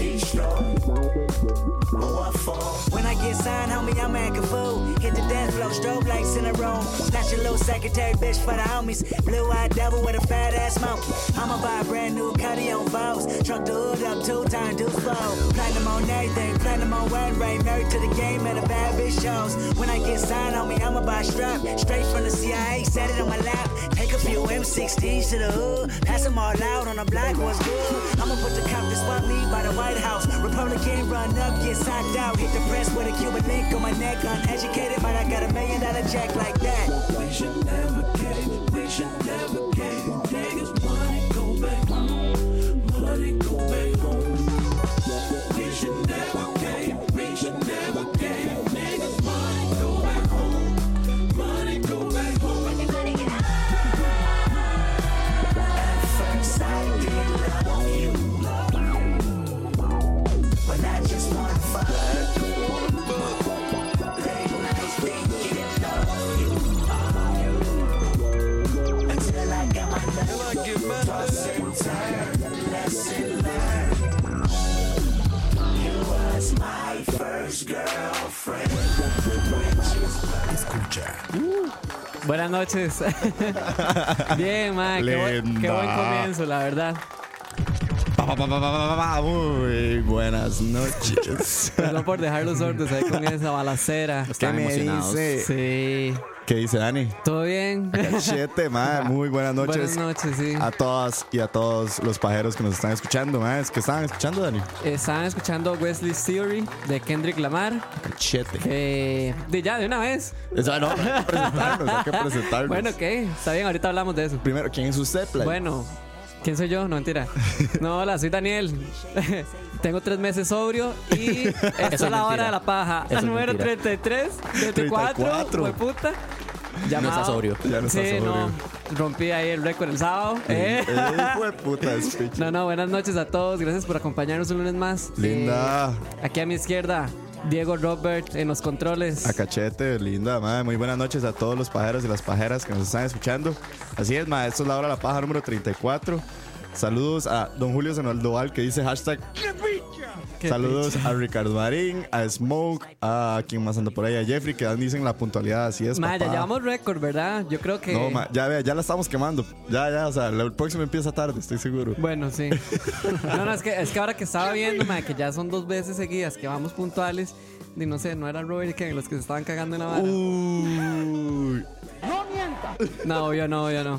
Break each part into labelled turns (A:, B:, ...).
A: Each door
B: When I get signed, homie, I'm acting fool. Hit the dance floor, strobe lights in a room. Not your little secretary bitch for the homies. Blue eyed devil with a fat ass mouth. I'ma buy a brand new cutty on Vows. Truck the hood up two times, do flow. Platinum on everything, platinum on one ring. Married to the game and a bad bitch shows. When I get signed, homie, I'ma buy a strap. Straight from the CIA, set it on my lap. Take a few M16s to the hood. Pass them all out on the block, what's good? I'ma put the cop that swap me by the White House. Republican run up, get signed out. Hit the press with a Cuban link on my neck. Uneducated, but I got a million dollar check like that.
A: We should never cave, we should never cave. Niggas money go back home, money go back home. We should never cave, we should never cave. Niggas money go back home, money go back home. Everybody get At first I did love you, but I just wanna fuck. Late nights thinking of you. Until I get my love, toss and turn, lesson learned. You was my first girlfriend.
C: Buenas noches. Bien, ma, qué buen, qué buen
D: Lenda.
C: comienzo, la verdad.
D: Pa, pa, pa, pa, pa, pa, pa. Muy buenas noches.
C: Perdón por dejar los sordos ahí con esa balacera.
D: ¿Qué me
C: emocionados.
D: dice?
C: Sí.
D: ¿Qué dice Dani?
C: ¿Todo bien?
D: Cachete, mae. Muy buenas noches.
C: Buenas noches, sí.
D: A todas y a todos los pajeros que nos están escuchando, mae. Es que estaban escuchando, Dani.
C: Estaban escuchando Wesley's Theory de Kendrick Lamar.
D: Cachete.
C: Eh, de ya, de una vez.
D: Eso, no, hay que presentarnos, hay que presentarnos.
C: Bueno, ok, está bien, ahorita hablamos de eso.
D: Primero, ¿quién es usted, Play?
C: Bueno, ¿quién soy yo? No, mentira. No, hola, soy Daniel. Tengo tres meses sobrio y esta es,
E: Eso es
C: la hora
E: mentira.
C: de la paja.
E: Eso es
C: número
E: mentira.
C: 33, 34,
D: 34.
C: hueputa.
E: No
C: Llamado-
E: está sobrio.
D: Ya no está
C: Sí, no,
D: sobrio.
C: rompí ahí el récord el sábado. ¿eh?
D: Hijo de puta, es pinche.
C: No, no, buenas noches a todos. Gracias por acompañarnos un lunes más.
D: Linda.
C: Eh, aquí a mi izquierda, Diego Robert en los controles.
D: A cachete, linda, madre. Muy buenas noches a todos los pajeros y las pajeras que nos están escuchando. Así es, madre. Esto es la hora de la paja número 34. Saludos a don Julio Sanaldoval que dice hashtag.
C: Qué
D: Saludos a Ricardo Marín, a Smoke, a quien más anda por ahí, a Jeffrey, que dan- dicen la puntualidad. Así es,
C: Ma, ya
D: papá.
C: llevamos récord, ¿verdad? Yo creo que.
D: No, ma, ya vea, ya la estamos quemando. Ya, ya, o sea, la- el próximo empieza tarde, estoy seguro.
C: Bueno, sí. No, no, es que, es que ahora que estaba viendo, ma, que ya son dos veces
D: Uh.
C: seguidas que vamos puntuales. Y no sé, no era Robert y Ken los que se estaban cagando en la vara. No, obvio no, obvio no.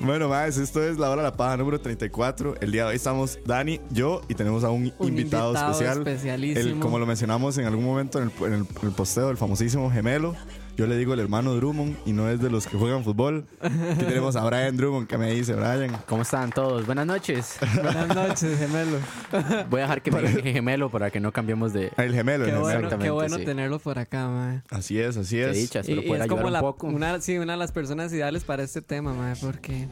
D: Bueno, más, esto es La Hora de la Paja número 34. El día de hoy estamos Dani, yo y tenemos a un,
C: Un
D: invitado,
C: invitado
D: especial.
C: especialísimo.
D: El- como lo mencionamos en algún momento en el, en el- en el posteo, el famosísimo gemelo. Yo le digo el hermano Drummond y no es de los que juegan fútbol. Aquí tenemos a Brian Drummond que me dice, Brian.
E: ¿Cómo están todos? Buenas noches.
C: Buenas noches, gemelo.
E: Voy a dejar que me digan gemelo para que no cambiemos de.
D: El gemelo, el
C: Qué
D: gemelo.
C: bueno,
E: Exactamente,
C: qué bueno
E: sí.
C: tenerlo por acá, mae.
D: Así es, así es.
E: Qué dicha, espero
C: Y- y
E: poder
C: es como
E: ayudar
C: la,
E: un poco.
C: Una, sí, una de las personas ideales para este tema, mae, porque.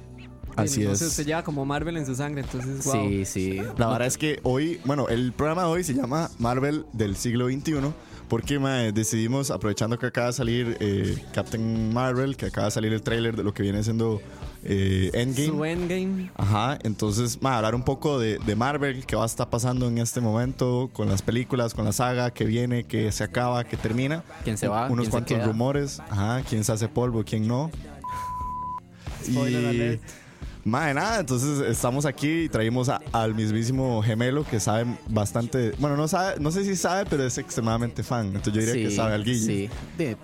D: Así
C: entonces
D: es.
C: usted lleva como Marvel en su sangre, entonces, wow.
E: Sí, sí.
D: La verdad es que hoy, bueno, el programa de hoy se llama Marvel del siglo XXI. Porque mae, decidimos, aprovechando que acaba de salir eh, Captain Marvel, que acaba de salir el tráiler de lo que viene siendo eh, Endgame.
C: Su endgame.
D: Ajá, entonces, ma, hablar un poco de, de Marvel, qué va a estar pasando en este momento, con las películas, con la saga, que viene, que se acaba, que termina.
E: ¿Quién se va?
D: Unos
E: ¿Quién se
D: cuantos
E: queda?
D: rumores, ajá, quién se hace polvo, quién no.
C: Spoiler alert.
D: Madre, nada, entonces estamos aquí y traímos a- al mismísimo gemelo que sabe bastante. Bueno, no sabe, no sé si sabe, pero es extremadamente fan. Entonces yo diría que
E: Sí,
D: sabe al Guille. Pues,
E: Sí. De-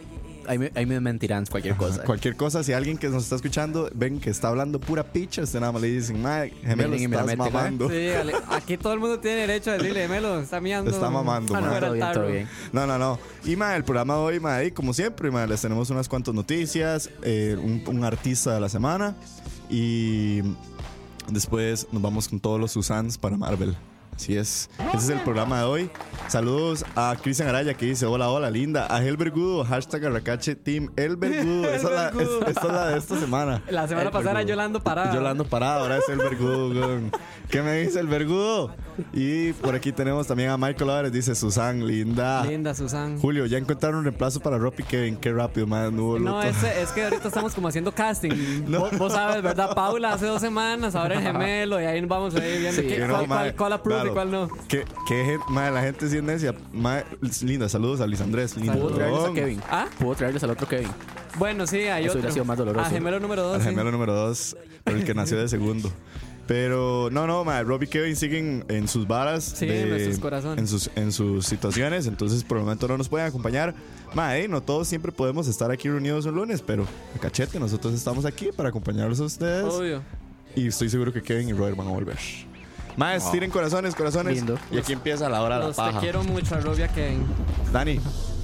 E: ahí, me, ahí me mentirán cualquier cosa.
D: Cualquier cosa, si alguien que nos está escuchando ven que está hablando pura picha, usted nada más le dicen, madre, gemelo,
E: Vengan y me la
D: estás
E: meten, ¿eh?
D: mamando.
C: Sí, ale- aquí todo el mundo tiene derecho a decirle, gemelo, está miando.
D: Está mamando,
C: Ah,
D: mae.
C: no,
E: Todo bien, todo bien.
D: No, no, no. Y ma, el programa de hoy, ma, y como siempre, ma, les tenemos unas cuantas noticias, eh, un, un artista de la semana y después nos vamos con todos los Susans para Marvel. Así es. Ese es el programa de hoy. Saludos a Cristian Araya que dice: Hola, hola, linda. A El Vergudo, hashtag Arracache Team El Vergudo. Esa, es la-
C: El Vergudo.
D: es- esa es la de esta semana.
C: La semana pasada era Yolando Parada.
D: Yolando Parada, ahora es el vergudo, weón. ¿Qué me dice el vergudo? Y por aquí tenemos también a Michael Álvarez, dice Susan, linda.
C: Ah. Linda, Susan.
D: Julio, ya encontraron un reemplazo para Rob y Kevin. Qué rápido, man. No, hubo
C: No,
D: luto.
C: ese- es que ahorita estamos como haciendo casting.
D: No.
C: Vos, vos sabes, ¿verdad? Paula hace dos semanas, ahora el gemelo, y ahí nos vamos a ir viendo
E: Sí,
C: qué-
D: Que no,
C: cuál,
D: mae,
C: cuál, cuál approve
D: claro.
C: y cuál no.
D: Que, que gen- mae, la gente sí es necia. Mae, linda, saludos a Luis Andrés. Linda.
E: Pudo traerles a
D: weón.
E: Kevin.
C: ¿Ah?
E: Pudo traerles al otro Kevin.
C: Bueno, sí, hay
E: Eso
C: otro.
E: hubiera sido más doloroso.
C: A gemelo número dos.
D: Al
C: sí.
D: gemelo número 2, el que nació de segundo. Pero no, no, mae, Rob y Kevin siguen en sus varas.
C: Sí,
D: de-
C: en sus corazones.
D: En sus, en sus situaciones, entonces por el momento no nos pueden acompañar. Mae, no todos siempre podemos estar aquí reunidos un lunes, pero a cachete, nosotros estamos aquí para acompañarlos a ustedes.
C: Obvio.
D: Y estoy seguro que Kevin y Robert van a volver. Más, tiren corazones, corazones.
E: Lindo.
D: Y aquí empieza la hora de la
C: Los te
D: paja.
C: quiero mucho, a Robia Kevin.
D: Dani,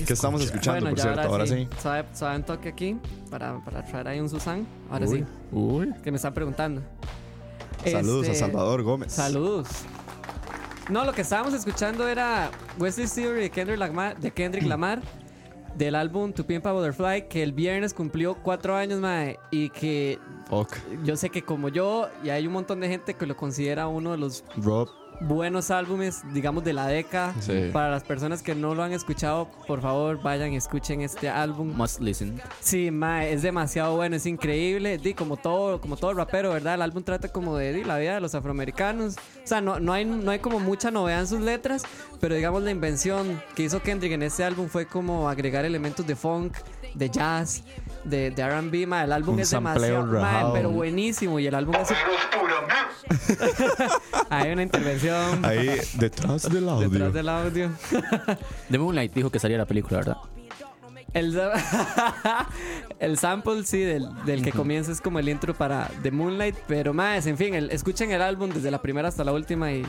D: ¿qué estamos escuchando,
C: Bueno,
D: por
C: ya
D: cierto? Ahora sí.
C: Suave, suave un toque aquí para, para traer ahí un Susan. Ahora sí,
D: Uy.
C: que me están preguntando.
D: Saludos a
C: Este,
D: Salvador Gómez.
C: Saludos. No, lo que estábamos escuchando era Wesley Theory de Kendrick Lamar, de Kendrick Lamar, del álbum Tu Pimpa Butterfly, que el viernes cumplió cuatro años, mae, y que
D: Fuck.
C: yo sé que como yo, y hay un montón de gente que lo considera uno de los
D: Rob.
C: buenos álbumes, digamos, de la década.
D: Sí.
C: Para las personas que no lo han escuchado, por favor, vayan y escuchen este álbum.
E: Must listen.
C: Sí, mae, es demasiado bueno, es increíble. Di, como todo, como todo rapero, ¿verdad? El álbum trata como de di, la vida de los afroamericanos. O sea, no, no, hay, no hay como mucha novedad en sus letras, pero digamos la invención que hizo Kendrick en este álbum fue como agregar elementos de funk, de jazz, de, de RB. mae. El álbum
D: Un
C: es
D: sampleo
C: demasiado, mae,
D: rajado.
C: pero buenísimo. Y el álbum es. hay una intervención
D: Ahí, detrás del audio.
C: detrás del audio.
E: The Moonlight dijo que salía la película, ¿verdad?
C: El, sa- el sample, sí, del, del que comienza es como el intro para The Moonlight. Pero más, en fin, el- escuchen el álbum desde la primera hasta la última y,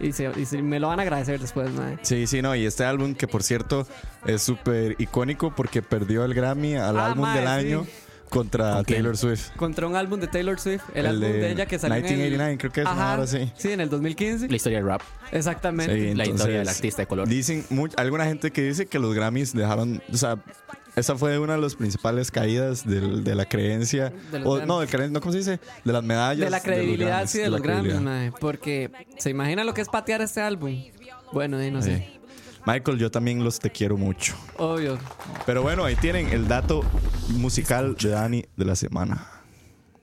C: y, se- y se- me lo van a agradecer después, mae.
D: Sí, sí, no. Y este álbum, que por cierto es súper icónico porque perdió el Grammy al
C: Ah,
D: álbum
C: mae,
D: del año
C: sí.
D: contra
E: ¿Con quién?
D: Taylor Swift.
C: Contra un álbum de Taylor Swift, el,
D: El
C: álbum de,
D: de
C: ella que salió en el-
D: 1989 creo que es,
C: Ajá,
D: ahora sí.
C: Sí, en el 2015.
E: La historia del rap.
C: Exactamente.
D: Sí,
E: la historia del
D: entonces-
E: artista de color.
D: Dicen mu- alguna gente que dice que los Grammys dejaron, o sea, esa fue una de las principales caídas del- de la creencia,
C: De los
D: o,
C: Grammys.
D: no, del creen- no, ¿cómo se dice? De las medallas.
C: de la
D: los
C: credibilidad,
D: Grammys,
C: sí, de
D: la
C: los Grammys,
D: credibilidad.
C: mae, Porque se imagina lo que es patear este álbum. Bueno, y no sé.
D: Sí. Michael, yo también los te quiero mucho.
C: Obvio.
D: Pero bueno, ahí tienen el dato musical de Dani de la semana.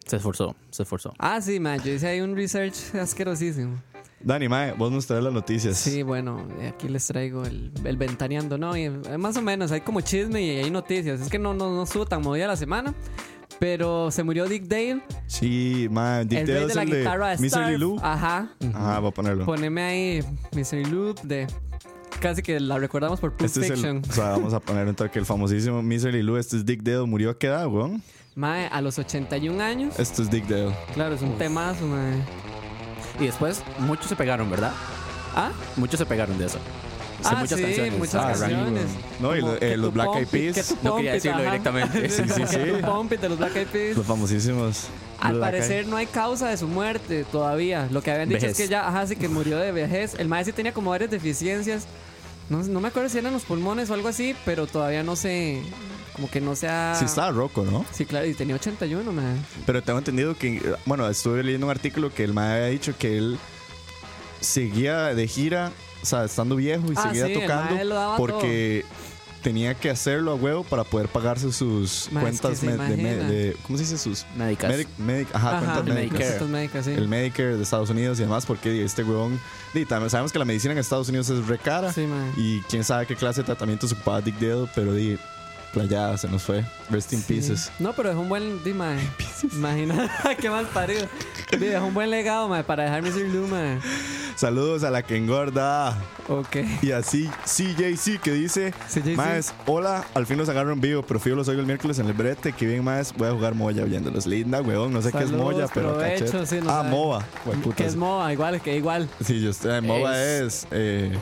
E: Se esforzó, se esforzó.
C: Ah, sí, mae, yo hice ahí un research asquerosísimo.
D: Dani, mae, vos nos traes las noticias.
C: Sí, bueno, eh, aquí les traigo el, el ventaneando, ¿no? Y, eh, más o menos, hay como chisme y hay noticias. Es que no, no, no estuvo tan movida la semana. Pero se murió Dick Dale,
D: Sí, mae,
C: el rey
D: details
C: de la
D: el
C: guitarra de Ah.
D: Mr.
C: Starve.
D: Lilou.
C: Ajá.
D: Ajá, voy a ponerlo.
C: Poneme ahí Mr. Loop de casi que la recordamos por Pulp
D: Este es el,
C: Fiction.
D: o sea, vamos a poner un toque el famosísimo Misery Lou. Este es Dick Dale. ¿Murió a qué edad, weón?
C: Mae, a los 81 años.
D: Esto es Dick Dale.
C: Claro, es un temazo, mae.
E: Y después, muchos se pegaron, ¿verdad?
C: Ah,
E: Muchos se pegaron de eso. Hice
C: ah sí, muchas
E: Ah,
C: canciones.
D: No, y
C: Como
D: lo- eh,
C: Que
D: los
C: tu
D: Black Eyed
C: pompi- que
D: Peas.
C: tu
E: No quería
C: pompis,
E: decirlo
C: ajá.
E: directamente. Sí,
C: Como
D: sí,
C: que
D: sí.
C: tu pompis de los Black Eyed Peas.
D: Los famosísimos.
C: Al
D: Black Eyed.
C: parecer no hay causa de su muerte todavía. Lo que habían dicho
E: Vejez.
C: es que ya, ajá, sí que murió de vejez. El maestro sí tenía como varias deficiencias. No, no me acuerdo si eran los pulmones o algo así, pero todavía no se. Como que no se ha.
D: Sí, estaba roco, ¿no?
C: Sí, claro, y tenía 81, mae.
D: Pero tengo entendido que, bueno, estuve leyendo un artículo que el mae había dicho que él seguía de gira, o sea, estando viejo y
C: Ah,
D: seguía
C: sí, el mae lo
D: tocando
C: daba
D: porque tenía que hacerlo a huevo para poder pagarse sus
C: Mae, es que
D: cuentas
C: se
D: me- de, me-
C: imagina.
D: de- ¿cómo se dice sus?
E: Médicas.
D: Medic- medic- ajá, Ah, cuentas
E: Medicare.
D: médicas.
C: Recetas médicas, sí.
D: El Medicare de Estados Unidos y demás, porque este huevón, y también sabemos que la medicina en Estados Unidos es re cara
C: Sí, mae.
D: y quién sabe qué clase de tratamiento se ocupaba Dick Dale, pero di, playada, se nos fue. Rest in
C: Sí.
D: pieces.
C: No, pero es un buen. Di, mae. Imagina, qué mal parido. Di, es un buen legado, mae, para dejarme sin Lou, mae.
D: Saludos a la que engorda.
C: Ok.
D: Y así CJC que dice,
C: CJC.
D: Maes, hola, al fin los agarro en vivo, pero fijo los oigo el miércoles en el brete, que bien Maes, voy a jugar Moya oyéndolos. Linda, weón, no sé qué es
C: Saludos,
D: Moya, pero
C: provecho,
D: cachete.
C: sí, no
D: ah,
C: sabe.
D: MOBA. Hueputas.
C: Que es MOBA, igual, que igual.
D: Sí, yo estoy, MOBA es...
E: Es-
D: eh,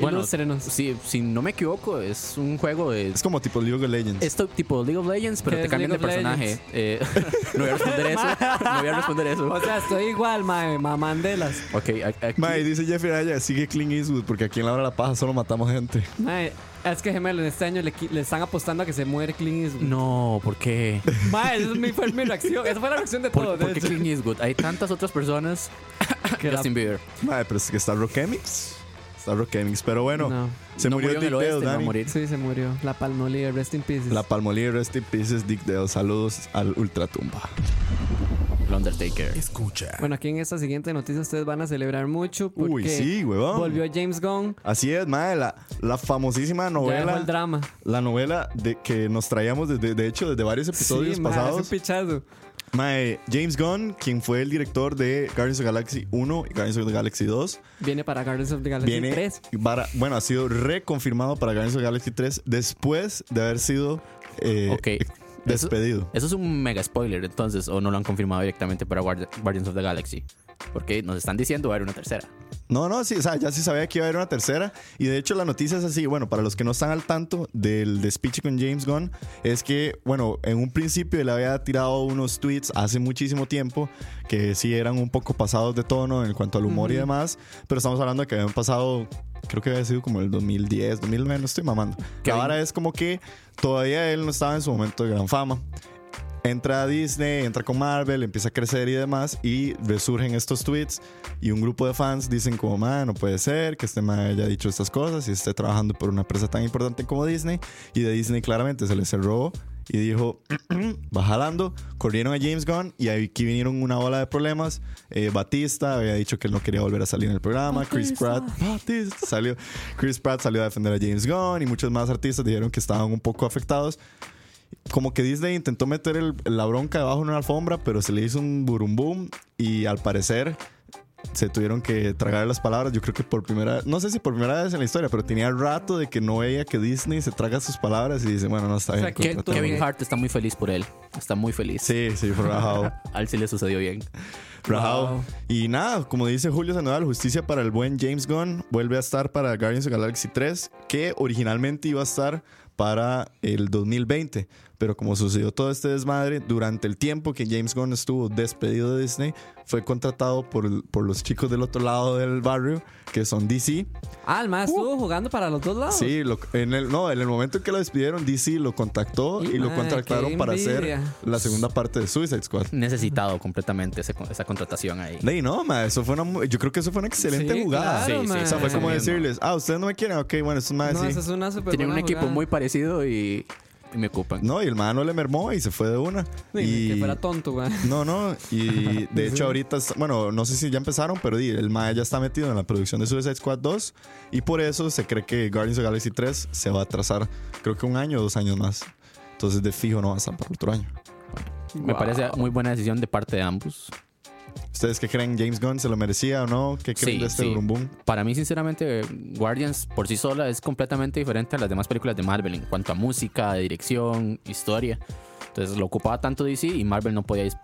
E: Bueno,
C: Ilústrenos.
E: si, si no me equivoco, es un juego de.
D: es como tipo League of Legends.
E: Esto tipo League of Legends, pero
C: ¿Qué
E: te
C: es
E: cambian de
C: League of
E: personaje. Eh, no voy a responder eso. No voy a responder eso.
C: O sea, estoy igual, mae, mamandelas.
E: Ok, a- aquí-
D: Mae, dice Jeffrey Araya, sigue Clint Eastwood, porque aquí en la hora de la paja solo matamos gente.
C: Mae, es que gemelo, en este año le, qui- le están apostando a que se muere Clint Eastwood.
E: No, ¿por qué?
C: Mae, esa es mi- fue mi reacción. Esa fue la reacción de
E: ¿Por,
C: todos.
E: ¿por
C: de
E: qué
C: hecho.
E: Clint Eastwood? Hay tantas otras personas.
C: Que la-
E: Justin Bieber.
D: Mae, pero es que está Rockemix. Está Rockemix, pero bueno,
C: No.
D: se
E: No
D: murió,
E: en el
D: Dick Dale,
E: oeste, no va a
D: Dani.
E: morir.
C: Sí, se murió. La palmolive, rest in pieces.
D: La palmolive, rest in pieces, Dick Dale. Saludos al Ultratumba.
E: El Undertaker.
F: Escucha.
C: Bueno, aquí en esta siguiente noticia ustedes van a celebrar mucho porque
D: Uy, sí, huevón.
C: volvió James Gunn.
D: Así es, mae, la, la famosísima
C: Ya dejó el
D: novela.
C: drama.
D: La novela de, que nos traíamos, desde, de hecho, desde varios episodios
C: sí, mae, es un
D: pasados.
C: pichazo.
D: Mae, James Gunn, quien fue el director de Guardians of the Galaxy 1 y Guardians of the Galaxy 2,
C: Viene para Guardians of the Galaxy
D: viene
C: 3.
D: para- bueno, ha sido reconfirmado para Guardians of the Galaxy 3 después de haber sido eh,
E: Ok.
D: despedido.
E: Eso es un mega spoiler, entonces, o no lo han confirmado directamente para Guardi- Guardians of the Galaxy. Porque nos están diciendo va a haber una tercera.
D: No, no, sí, o sea, ya se sabía que iba a haber una tercera. Y de hecho, la noticia es así. Bueno, para los que no están al tanto del despiche con James Gunn, es que, bueno, en un principio él había tirado unos tweets hace muchísimo tiempo que sí eran un poco pasados de tono en cuanto al humor y demás. Pero estamos hablando de que habían pasado, creo que había sido como el 2010, 2009, no estoy mamando. Que
E: Kevin.
D: ahora es como que todavía él no estaba en su momento de gran fama. Entra a Disney, entra con Marvel, empieza a crecer y demás, y resurgen estos tweets y un grupo de fans dicen como, man, no puede ser que este man haya dicho estas cosas y esté trabajando por una empresa tan importante como Disney, y de Disney claramente se le cerró y dijo, va jalando, corrieron a James Gunn y ahí aquí vinieron una ola de problemas, Eh, Batista había dicho que él no quería volver a salir en el programa, Chris Pratt, Batista salió, Chris Pratt salió a defender a James Gunn y muchos más artistas dijeron que estaban un poco afectados como que Disney intentó meter el- la bronca debajo de una alfombra, pero se le hizo un burum boom y al parecer se tuvieron que tragar las palabras. Yo creo que por primera no sé si por primera vez en la historia, pero tenía rato de que no veía que Disney se traga sus palabras y dice, bueno, no está
C: O sea,
D: bien.
C: que-
E: Ke-
D: contratemos".
E: Kevin Hart está muy feliz por él. Está muy feliz.
D: Sí, sí, fue rajado.
E: A él sí le sucedió bien.
D: Rajado.
C: Wow.
D: Y nada, como dice Julio Sandoval, justicia para el buen James Gunn. Vuelve a estar para Guardians of the Galaxy 3, que originalmente iba a estar para el 2020. Pero como sucedió todo este desmadre, durante el tiempo que James Gunn estuvo despedido de Disney, fue contratado por, por los chicos del otro lado del barrio, que son DC.
C: Ah, el mae estuvo jugando para los dos lados.
D: Uh. Sí, lo- en el, no, en el momento que lo despidieron, DC lo contactó y,
C: Y
D: lo
C: madre,
D: contrataron
C: qué
D: para hacer
C: envidia.
D: la segunda parte de Suicide Squad.
E: Necesitado completamente ese con- esa contratación ahí.
D: Ey, no, ma, eso fue una, mu- yo creo que eso fue una excelente
C: Sí,
D: jugada.
C: claro,
E: Sí, sí,
C: mae.
D: O sea, fue
E: Eso
D: como
E: mismo.
D: decirles, ah, ustedes no me quieren, ok, bueno, estos más
C: No,
D: sí.
C: esa es una super
E: Tenían un
C: buena
E: equipo
C: jugada.
E: muy parecido y, y me ocupan.
D: No, y el man no le mermó y se fue de una.
C: Sí,
D: y...
C: Que fuera tonto, güey.
D: No, no, y de hecho ahorita, es- bueno, no sé si ya empezaron, pero di, el Mae ya está metido en la producción de Suicide Squad 2 y por eso se cree que Guardians of the Galaxy 3 se va a atrasar, creo que un año o dos años más. Entonces de fijo no va a estar para el otro año.
E: Me parece muy buena decisión de parte de ambos.
D: ¿Ustedes qué creen? ¿James Gunn se lo merecía o no? ¿Qué creen
E: Sí,
D: de este
E: sí.
D: brum bum?
E: Para mí, sinceramente, Guardians por sí sola es completamente diferente a las demás películas de Marvel en cuanto a música, dirección, historia. Entonces lo ocupaba tanto DC y Marvel no podía dis-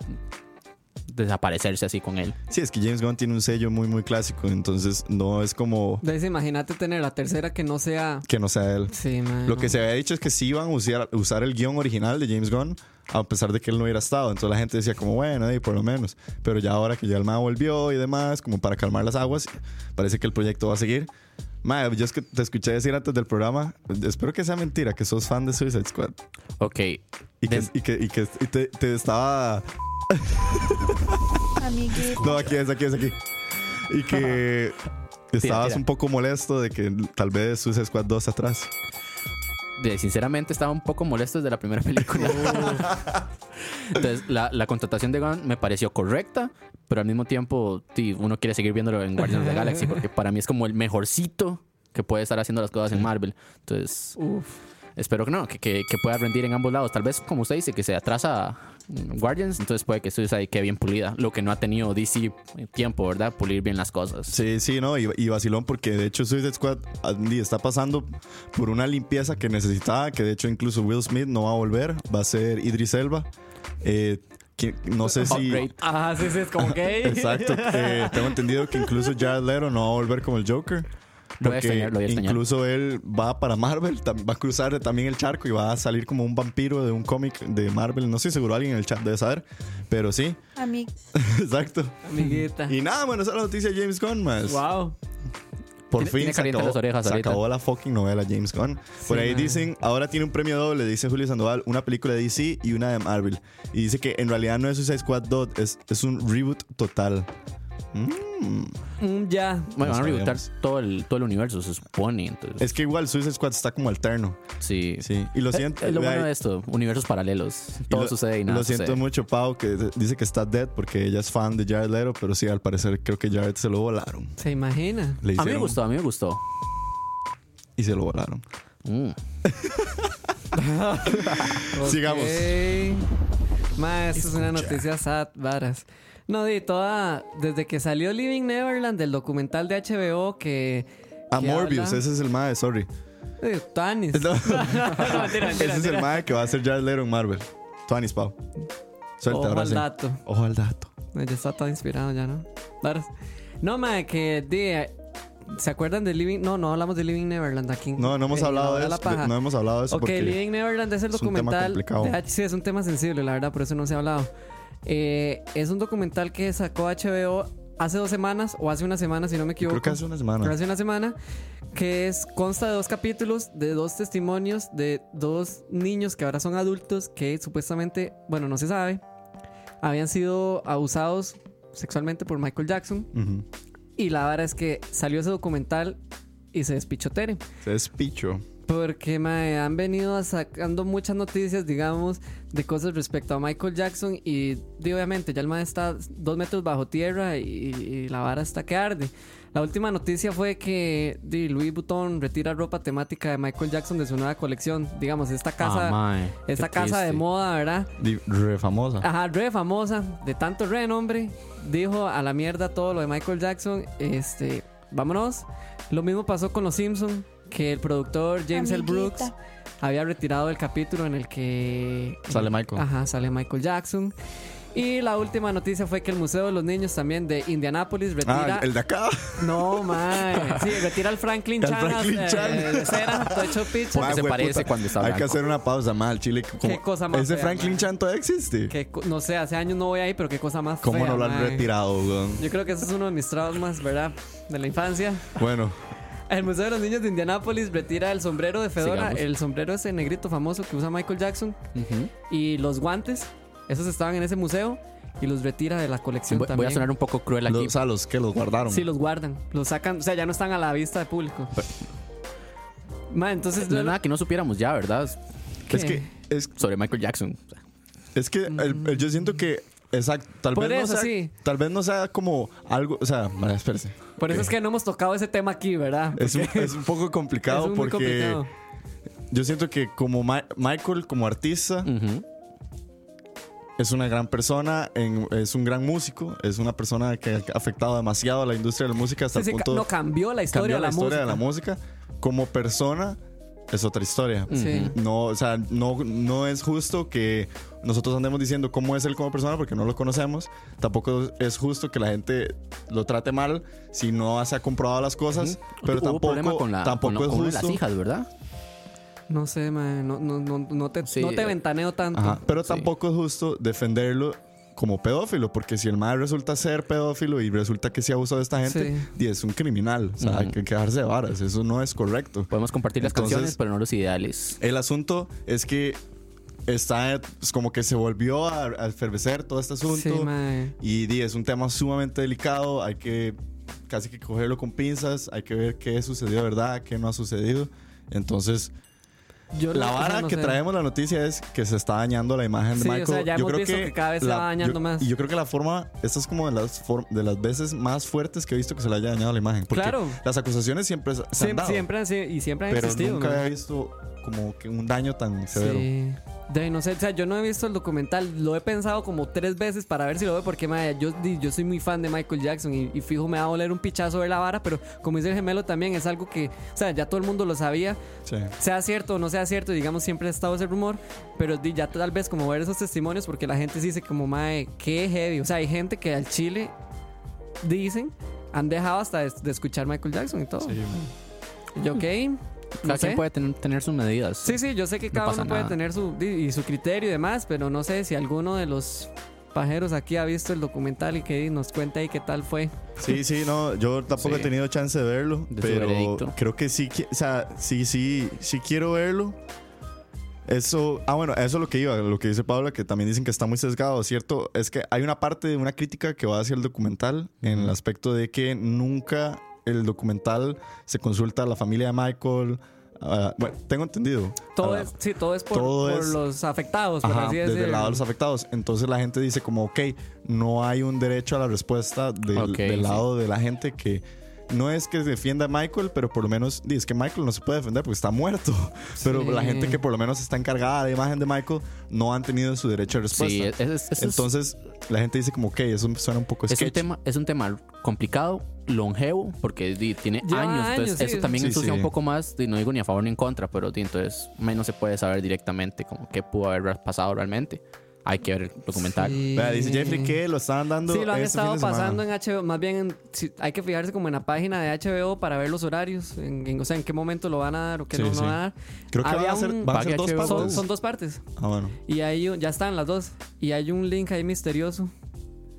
E: desaparecerse así con él.
D: Sí, es que James Gunn tiene un sello muy, muy clásico. Entonces, no es como
C: De ese, imagínate tener la tercera que no sea.
D: que no sea él.
C: Sí, man.
D: Lo que se había dicho es que sí iban a usar, usar el guión original de James Gunn, a pesar de que él no hubiera estado. Entonces la gente decía como, bueno, y por lo menos. Pero ya ahora que ya el ma volvió y demás, como para calmar las aguas, parece que el proyecto va a seguir. Ma, yo es que te escuché decir antes del programa, espero que sea mentira, que sos fan de Suicide Squad.
E: Ok.
D: Y que,
E: De-
D: y que, y que y te, te estaba...
G: Amiguito.
D: No, aquí es, aquí es, aquí. Y que... Estabas
E: tira.
D: un poco molesto de que tal vez Suicide Squad 2 atrás.
E: de- sinceramente estaba un poco molesto desde la primera película. Entonces la, la contratación de Gunn me pareció correcta, pero al mismo tiempo sí, uno quiere seguir viéndolo en Guardians of the Galaxy porque para mí es como el mejorcito que puede estar haciendo las cosas en Marvel. Entonces
C: Uf.
E: espero que no, que, que- que pueda rendir en ambos lados. Tal vez como usted dice, que se atrasa mm, Guardians, entonces puede que Suicide quede bien pulida, lo que no ha tenido DC tiempo, ¿verdad? Pulir bien las cosas.
D: Sí, sí, no, y, y vacilón porque de hecho Suicide Squad Andy, está pasando por una limpieza que necesitaba, que de hecho incluso Will Smith no va a volver, va a ser Idris Elba. Eh, que- no sé si...
E: Upgrade.
C: Ah, sí, sí, es como gay.
D: Exacto, eh, tengo entendido que incluso Jared Leto no va a volver como el Joker.
E: Lo voy a
D: Porque
E: extrañar, lo voy a extrañar.
D: incluso él va para Marvel, tam- va a cruzar también el charco y va a salir como un vampiro de un cómic de Marvel. No sé, seguro alguien en el chat debe saber, pero sí,
G: Amig
D: exacto.
C: Amiguita.
D: Y pues, nada, bueno, esa es la noticia de James Gunn más.
C: Wow.
D: Por
E: Tiene-
D: fin
E: tiene
D: se,
E: caliente
D: acabó,
E: las orejas
D: se
E: ahorita.
D: acabó la fucking novela James Gunn. Por ahí
C: man.
D: dicen, ahora tiene un premio doble, dice Julio Sandoval, una película de DC y una de Marvel. Y dice que en realidad no es Suicide Squad Dot, es, es un reboot total.
C: Mm, ya.
D: No
E: Bueno, van a rebootar
D: sabíamos.
E: todo el, todo el universo, se supone. Entonces,
D: Es que igual Suicide Squad está como alterno.
E: sí.
D: Sí. Y lo
E: Es-
D: siento.
E: Es lo bueno
D: ay,
E: de esto, universos paralelos.
D: y
E: Todo
D: lo-
E: sucede y nada.
D: Lo siento
E: sucede.
D: mucho, Pau, que d- dice que está dead porque ella es fan de Jared Leto, pero sí, al parecer creo que Jared se lo volaron.
C: Se imagina.
D: Le
E: A mí me
D: hicieron-
E: gustó, a mí me gustó.
D: Y se lo volaron.
E: Mm.
D: Sigamos.
C: Ok. Ma, esto es una noticia sad, varas. No, di toda. Desde que salió Living Neverland, del documental de HBO que.
D: A
C: que
D: Morbius,
C: habla-
D: ese es el mae, sorry.
C: Eh, Tanis.
D: No.
C: No, mentira, mentira,
D: Ese es el
C: mentira.
D: mae que va a ser Jared Leto en Marvel. Tuanis, Pau. Suelta,
C: Ojo
D: ahora
C: al
D: sí.
C: dato.
D: Ojo al dato.
C: No, Ya está todo inspirado, ya no. Varas. No, ma, que. di, ¿Se acuerdan de Living? No, no hablamos de Living Neverland aquí.
D: No, no hemos
C: Eh,
D: hablado
C: ahora
D: de
C: la
D: eso.
C: paja.
D: de- no hemos hablado de eso
C: Ok,
D: Pues, porque
C: Living Neverland es el
D: es un tema
C: documental.
D: complicado.
C: de- sí, es un tema sensible, la verdad, por eso no se ha hablado. Eh, es un documental que sacó HBO hace dos semanas o hace una semana, si no me equivoco.
D: creo que hace una
C: Pero
D: semana.
C: hace una semana, que es, consta de dos capítulos, de dos testimonios de dos niños que ahora son adultos que supuestamente, bueno, no se sabe, habían sido abusados sexualmente por Michael Jackson.
D: Ujú.
C: Y la verdad es que salió ese documental y se despichó Tere.
D: Se despicho.
C: Porque mae, han venido sacando muchas noticias, digamos, de cosas respecto a Michael Jackson y, de, obviamente ya el mae está dos metros bajo tierra y, y la vara está que arde. La última noticia fue que de, Louis Vuitton retira ropa temática de Michael Jackson de su nueva colección. Digamos, esta casa,
E: Ah, mae,
C: esta
E: qué
C: casa de
E: triste.
C: moda, ¿verdad?
D: Di- Re famosa.
C: Ajá, re famosa, de tanto renombre, dijo a la mierda todo lo de Michael Jackson, este, vámonos. Lo mismo pasó con Los Simpson, que el productor James L.
G: Amiguita.
C: Brooks había retirado el capítulo en el que
E: Sale Michael.
C: Ajá, sale Michael Jackson. Y la última noticia fue que el Museo de los Niños también de Indianápolis retira
D: ah, el de acá.
C: No, man. Sí, retira el Franklin
D: El
C: Chan.
D: Franklin
C: eh,
D: Chan.
C: de cera, todo hecho picha.
E: Porque
D: Ah,
E: se
D: güey,
E: parece
D: puta.
E: cuando está
D: Hay que
E: blanco.
D: hacer una pausa mal, Chile. como-
C: cosa más
D: Ese
C: fea,
D: Franklin
C: mae.
D: Chan todavía existe.
C: Que, co- no sé, hace años no voy ahí, pero qué cosa más
D: ¿Cómo
C: fea,
D: no lo han
C: mae.
D: retirado, weón?
C: Yo creo que ese es uno de mis traumas, ¿verdad? De la infancia.
D: Bueno,
C: El Museo de los Niños de Indianápolis retira el sombrero de Fedora,
E: Sigamos.
C: el sombrero ese negrito famoso que usa Michael Jackson,
E: Ujú.
C: y los guantes, esos estaban en ese museo, y los retira de la colección
E: Voy,
C: también.
E: voy a sonar un poco cruel aquí.
D: los, o sea, los que los guardaron.
C: Sí, los guardan, los sacan, o sea, ya no están a la vista de público. Ma, entonces...
E: No
C: yo-
E: es nada que no supiéramos ya, ¿verdad?
C: ¿qué?
D: Es que, es,
E: Sobre Michael Jackson.
D: es que el- el- yo siento que. Exacto, tal
C: Por
D: vez
C: eso,
D: no sea,
C: sí.
D: tal vez no sea como algo, o sea, mae, espérese.
C: Por eso es que no hemos tocado ese tema aquí, ¿verdad?
D: Es un, es un poco complicado
C: Es muy
D: porque
C: complicado.
D: yo siento que como Ma- Michael como artista
E: Ujú.
D: es una gran persona, en- es un gran músico, es una persona que ha afectado demasiado a la industria de la música hasta
C: Sí, sí,
D: el
C: ca-
D: punto
C: no cambió la historia
D: cambió
C: de
D: la,
C: la,
D: historia de la
C: música.
D: música. Como persona es otra historia.
C: Sí.
D: No, o sea, no, no es justo que nosotros andemos diciendo cómo es él como persona porque no lo conocemos. Tampoco es justo que la gente lo trate mal si no se ha comprobado las cosas. Pero
E: ¿Mm? Hubo problema
D: tampoco,
E: con la,
D: tampoco
E: con la-
D: es
E: con una de las
D: justo.
E: hijas, ¿verdad?
C: No sé, mae, no, no, no, no te,
E: Sí,
C: no te
E: eh,
C: ventaneo tanto.
D: Ajá, pero
E: Sí.
D: tampoco es justo defenderlo como pedófilo, porque si el mal resulta ser pedófilo y resulta que se abusó de esta gente, y es un criminal, o sea, hay que quedarse de varas, eso no es correcto.
E: Podemos compartir las
D: Entonces-
E: canciones, pero no los ideales.
D: El asunto es que está es como que se volvió a, a efervecer todo este asunto.
C: Sí, mae.
D: Y di, es un tema sumamente delicado, hay que casi que cogerlo con pinzas, hay que ver qué sucedió de verdad, qué no ha sucedido. Entonces,
C: Yo no-
D: la
C: o sea,
D: vara
C: no
D: que
C: sé.
D: traemos la noticia es que se está dañando la imagen
C: Sí,
D: de
C: o
D: Michael.
C: sea, ya hemos visto que cada vez se va dañando
D: yo-
C: más.
D: Y yo creo que la forma, esta es como de las, for- de las veces más fuertes que he visto que se le haya dañado la imagen. Porque
C: Claro.
D: las acusaciones siempre se se han
C: Siempre,
D: dado,
C: siempre han sido- y siempre han
D: pero
C: existido.
D: nunca
C: mae.
D: había visto como que un daño tan severo.
C: Sí. De, no sé, o sea, yo no he visto el documental, lo he pensado como tres veces para ver si lo veo, porque mae, yo, di- yo soy muy fan de Michael Jackson y, y fijo me va a doler un pichazo ver la vara, pero como dice el gemelo también es algo que, o sea, ya todo el mundo lo sabía,
D: Sí.
C: sea cierto o no sea cierto, digamos, siempre ha estado ese rumor, pero di, ya tal vez como ver esos testimonios, porque la gente sí dice como, mae, qué heavy, o sea, hay gente que al Chile dicen, han dejado hasta de, de escuchar Michael Jackson y todo.
D: Sí,
C: Y Yo, ok,
E: Cada
C: no sé.
E: quien puede ten- tener sus medidas.
C: Sí, sí, yo sé que
E: No
C: cada
E: pasa
C: uno puede
E: nada.
C: tener su, di- y su criterio y demás, pero no sé si alguno de los pajeros aquí ha visto el documental y que nos cuente ahí qué tal fue.
D: Sí, sí, no, yo tampoco
E: Sí.
D: he tenido chance de verlo,
E: De su
D: pero
E: veredicto.
D: creo que sí, qui- o sea, sí, sí, sí quiero verlo. Eso, ah, bueno, eso es lo que iba, lo que dice Paula, que también dicen que está muy sesgado, ¿cierto? Es que hay una parte de una crítica que va hacia el documental en el aspecto de que nunca el documental se consulta a la familia de Michael. ah, bueno, tengo entendido.
C: Todo
D: Ah,
C: es, sí, todo es por,
D: todo
C: por
D: es-
C: los afectados, por
D: Ajá,
C: Pues así
D: desde
C: decirlo.
D: el lado de los afectados. Entonces la gente dice como, ok, no hay un derecho a la respuesta del,
E: Ok,
D: del
E: sí.
D: lado de la gente que no es que defienda a Michael, pero por lo menos dice que Michael no se puede defender porque está muerto. Pero
C: Sí.
D: la gente que por lo menos está encargada de la imagen de Michael no han tenido su derecho a respuesta.
E: Sí, es, es- es- es-
D: Entonces la gente dice como, ok, eso suena un poco
E: es un
D: sketchy.
E: tema, es un tema complicado, longevo, porque di, tiene
C: Lleva
E: años. Entonces,
C: años, sí,
E: eso
C: es-
E: también
D: Sí,
E: ensucia
D: sí.
E: un poco más. di, no digo ni a favor ni en contra, pero di, entonces menos se puede saber directamente como qué pudo haber pasado realmente. Hay que ver el documental.
C: Sí.
D: Vea, dice Jeffrey que lo están dando.
C: Sí, lo han
D: este
C: estado
D: fin de
C: pasando
D: semana.
C: en HBO. Más bien, en- sí, hay que fijarse como en la página de HBO para ver los horarios. En, en- o sea, en qué momento lo van a dar o qué
D: Sí,
C: no lo
D: sí.
C: van a dar.
D: Creo que van
C: Había
D: a ser,
C: un-
D: van a ser
E: Pague
D: dos
E: HBO.
C: son,
D: partes.
C: son dos partes.
D: Ah, bueno.
C: Y ahí ya están las dos. Y hay un link ahí misterioso.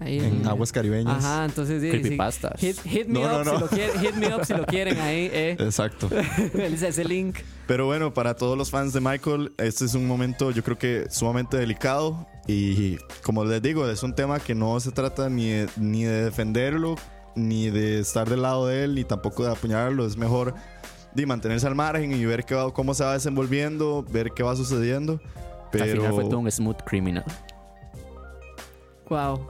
C: Ahí
D: En aguas caribeñas.
C: Ajá, entonces sí, sí.
E: Creepypastas.
C: Hit, hit me
D: No,
C: up
D: no, no.
C: si lo quieren, hit me up si lo quieren ahí, eh.
D: Exacto.
C: ese, ese link.
D: Pero bueno, para todos los fans de Michael, este es un momento yo creo que sumamente delicado y como les digo, es un tema que no se trata ni de, ni de defenderlo, ni de estar del lado de él, ni tampoco de apuñalarlo, es mejor de mantenerse al margen y ver qué va- cómo se va desenvolviendo, ver qué va sucediendo. Pero
E: Al final fue todo un smooth criminal.
C: Wow.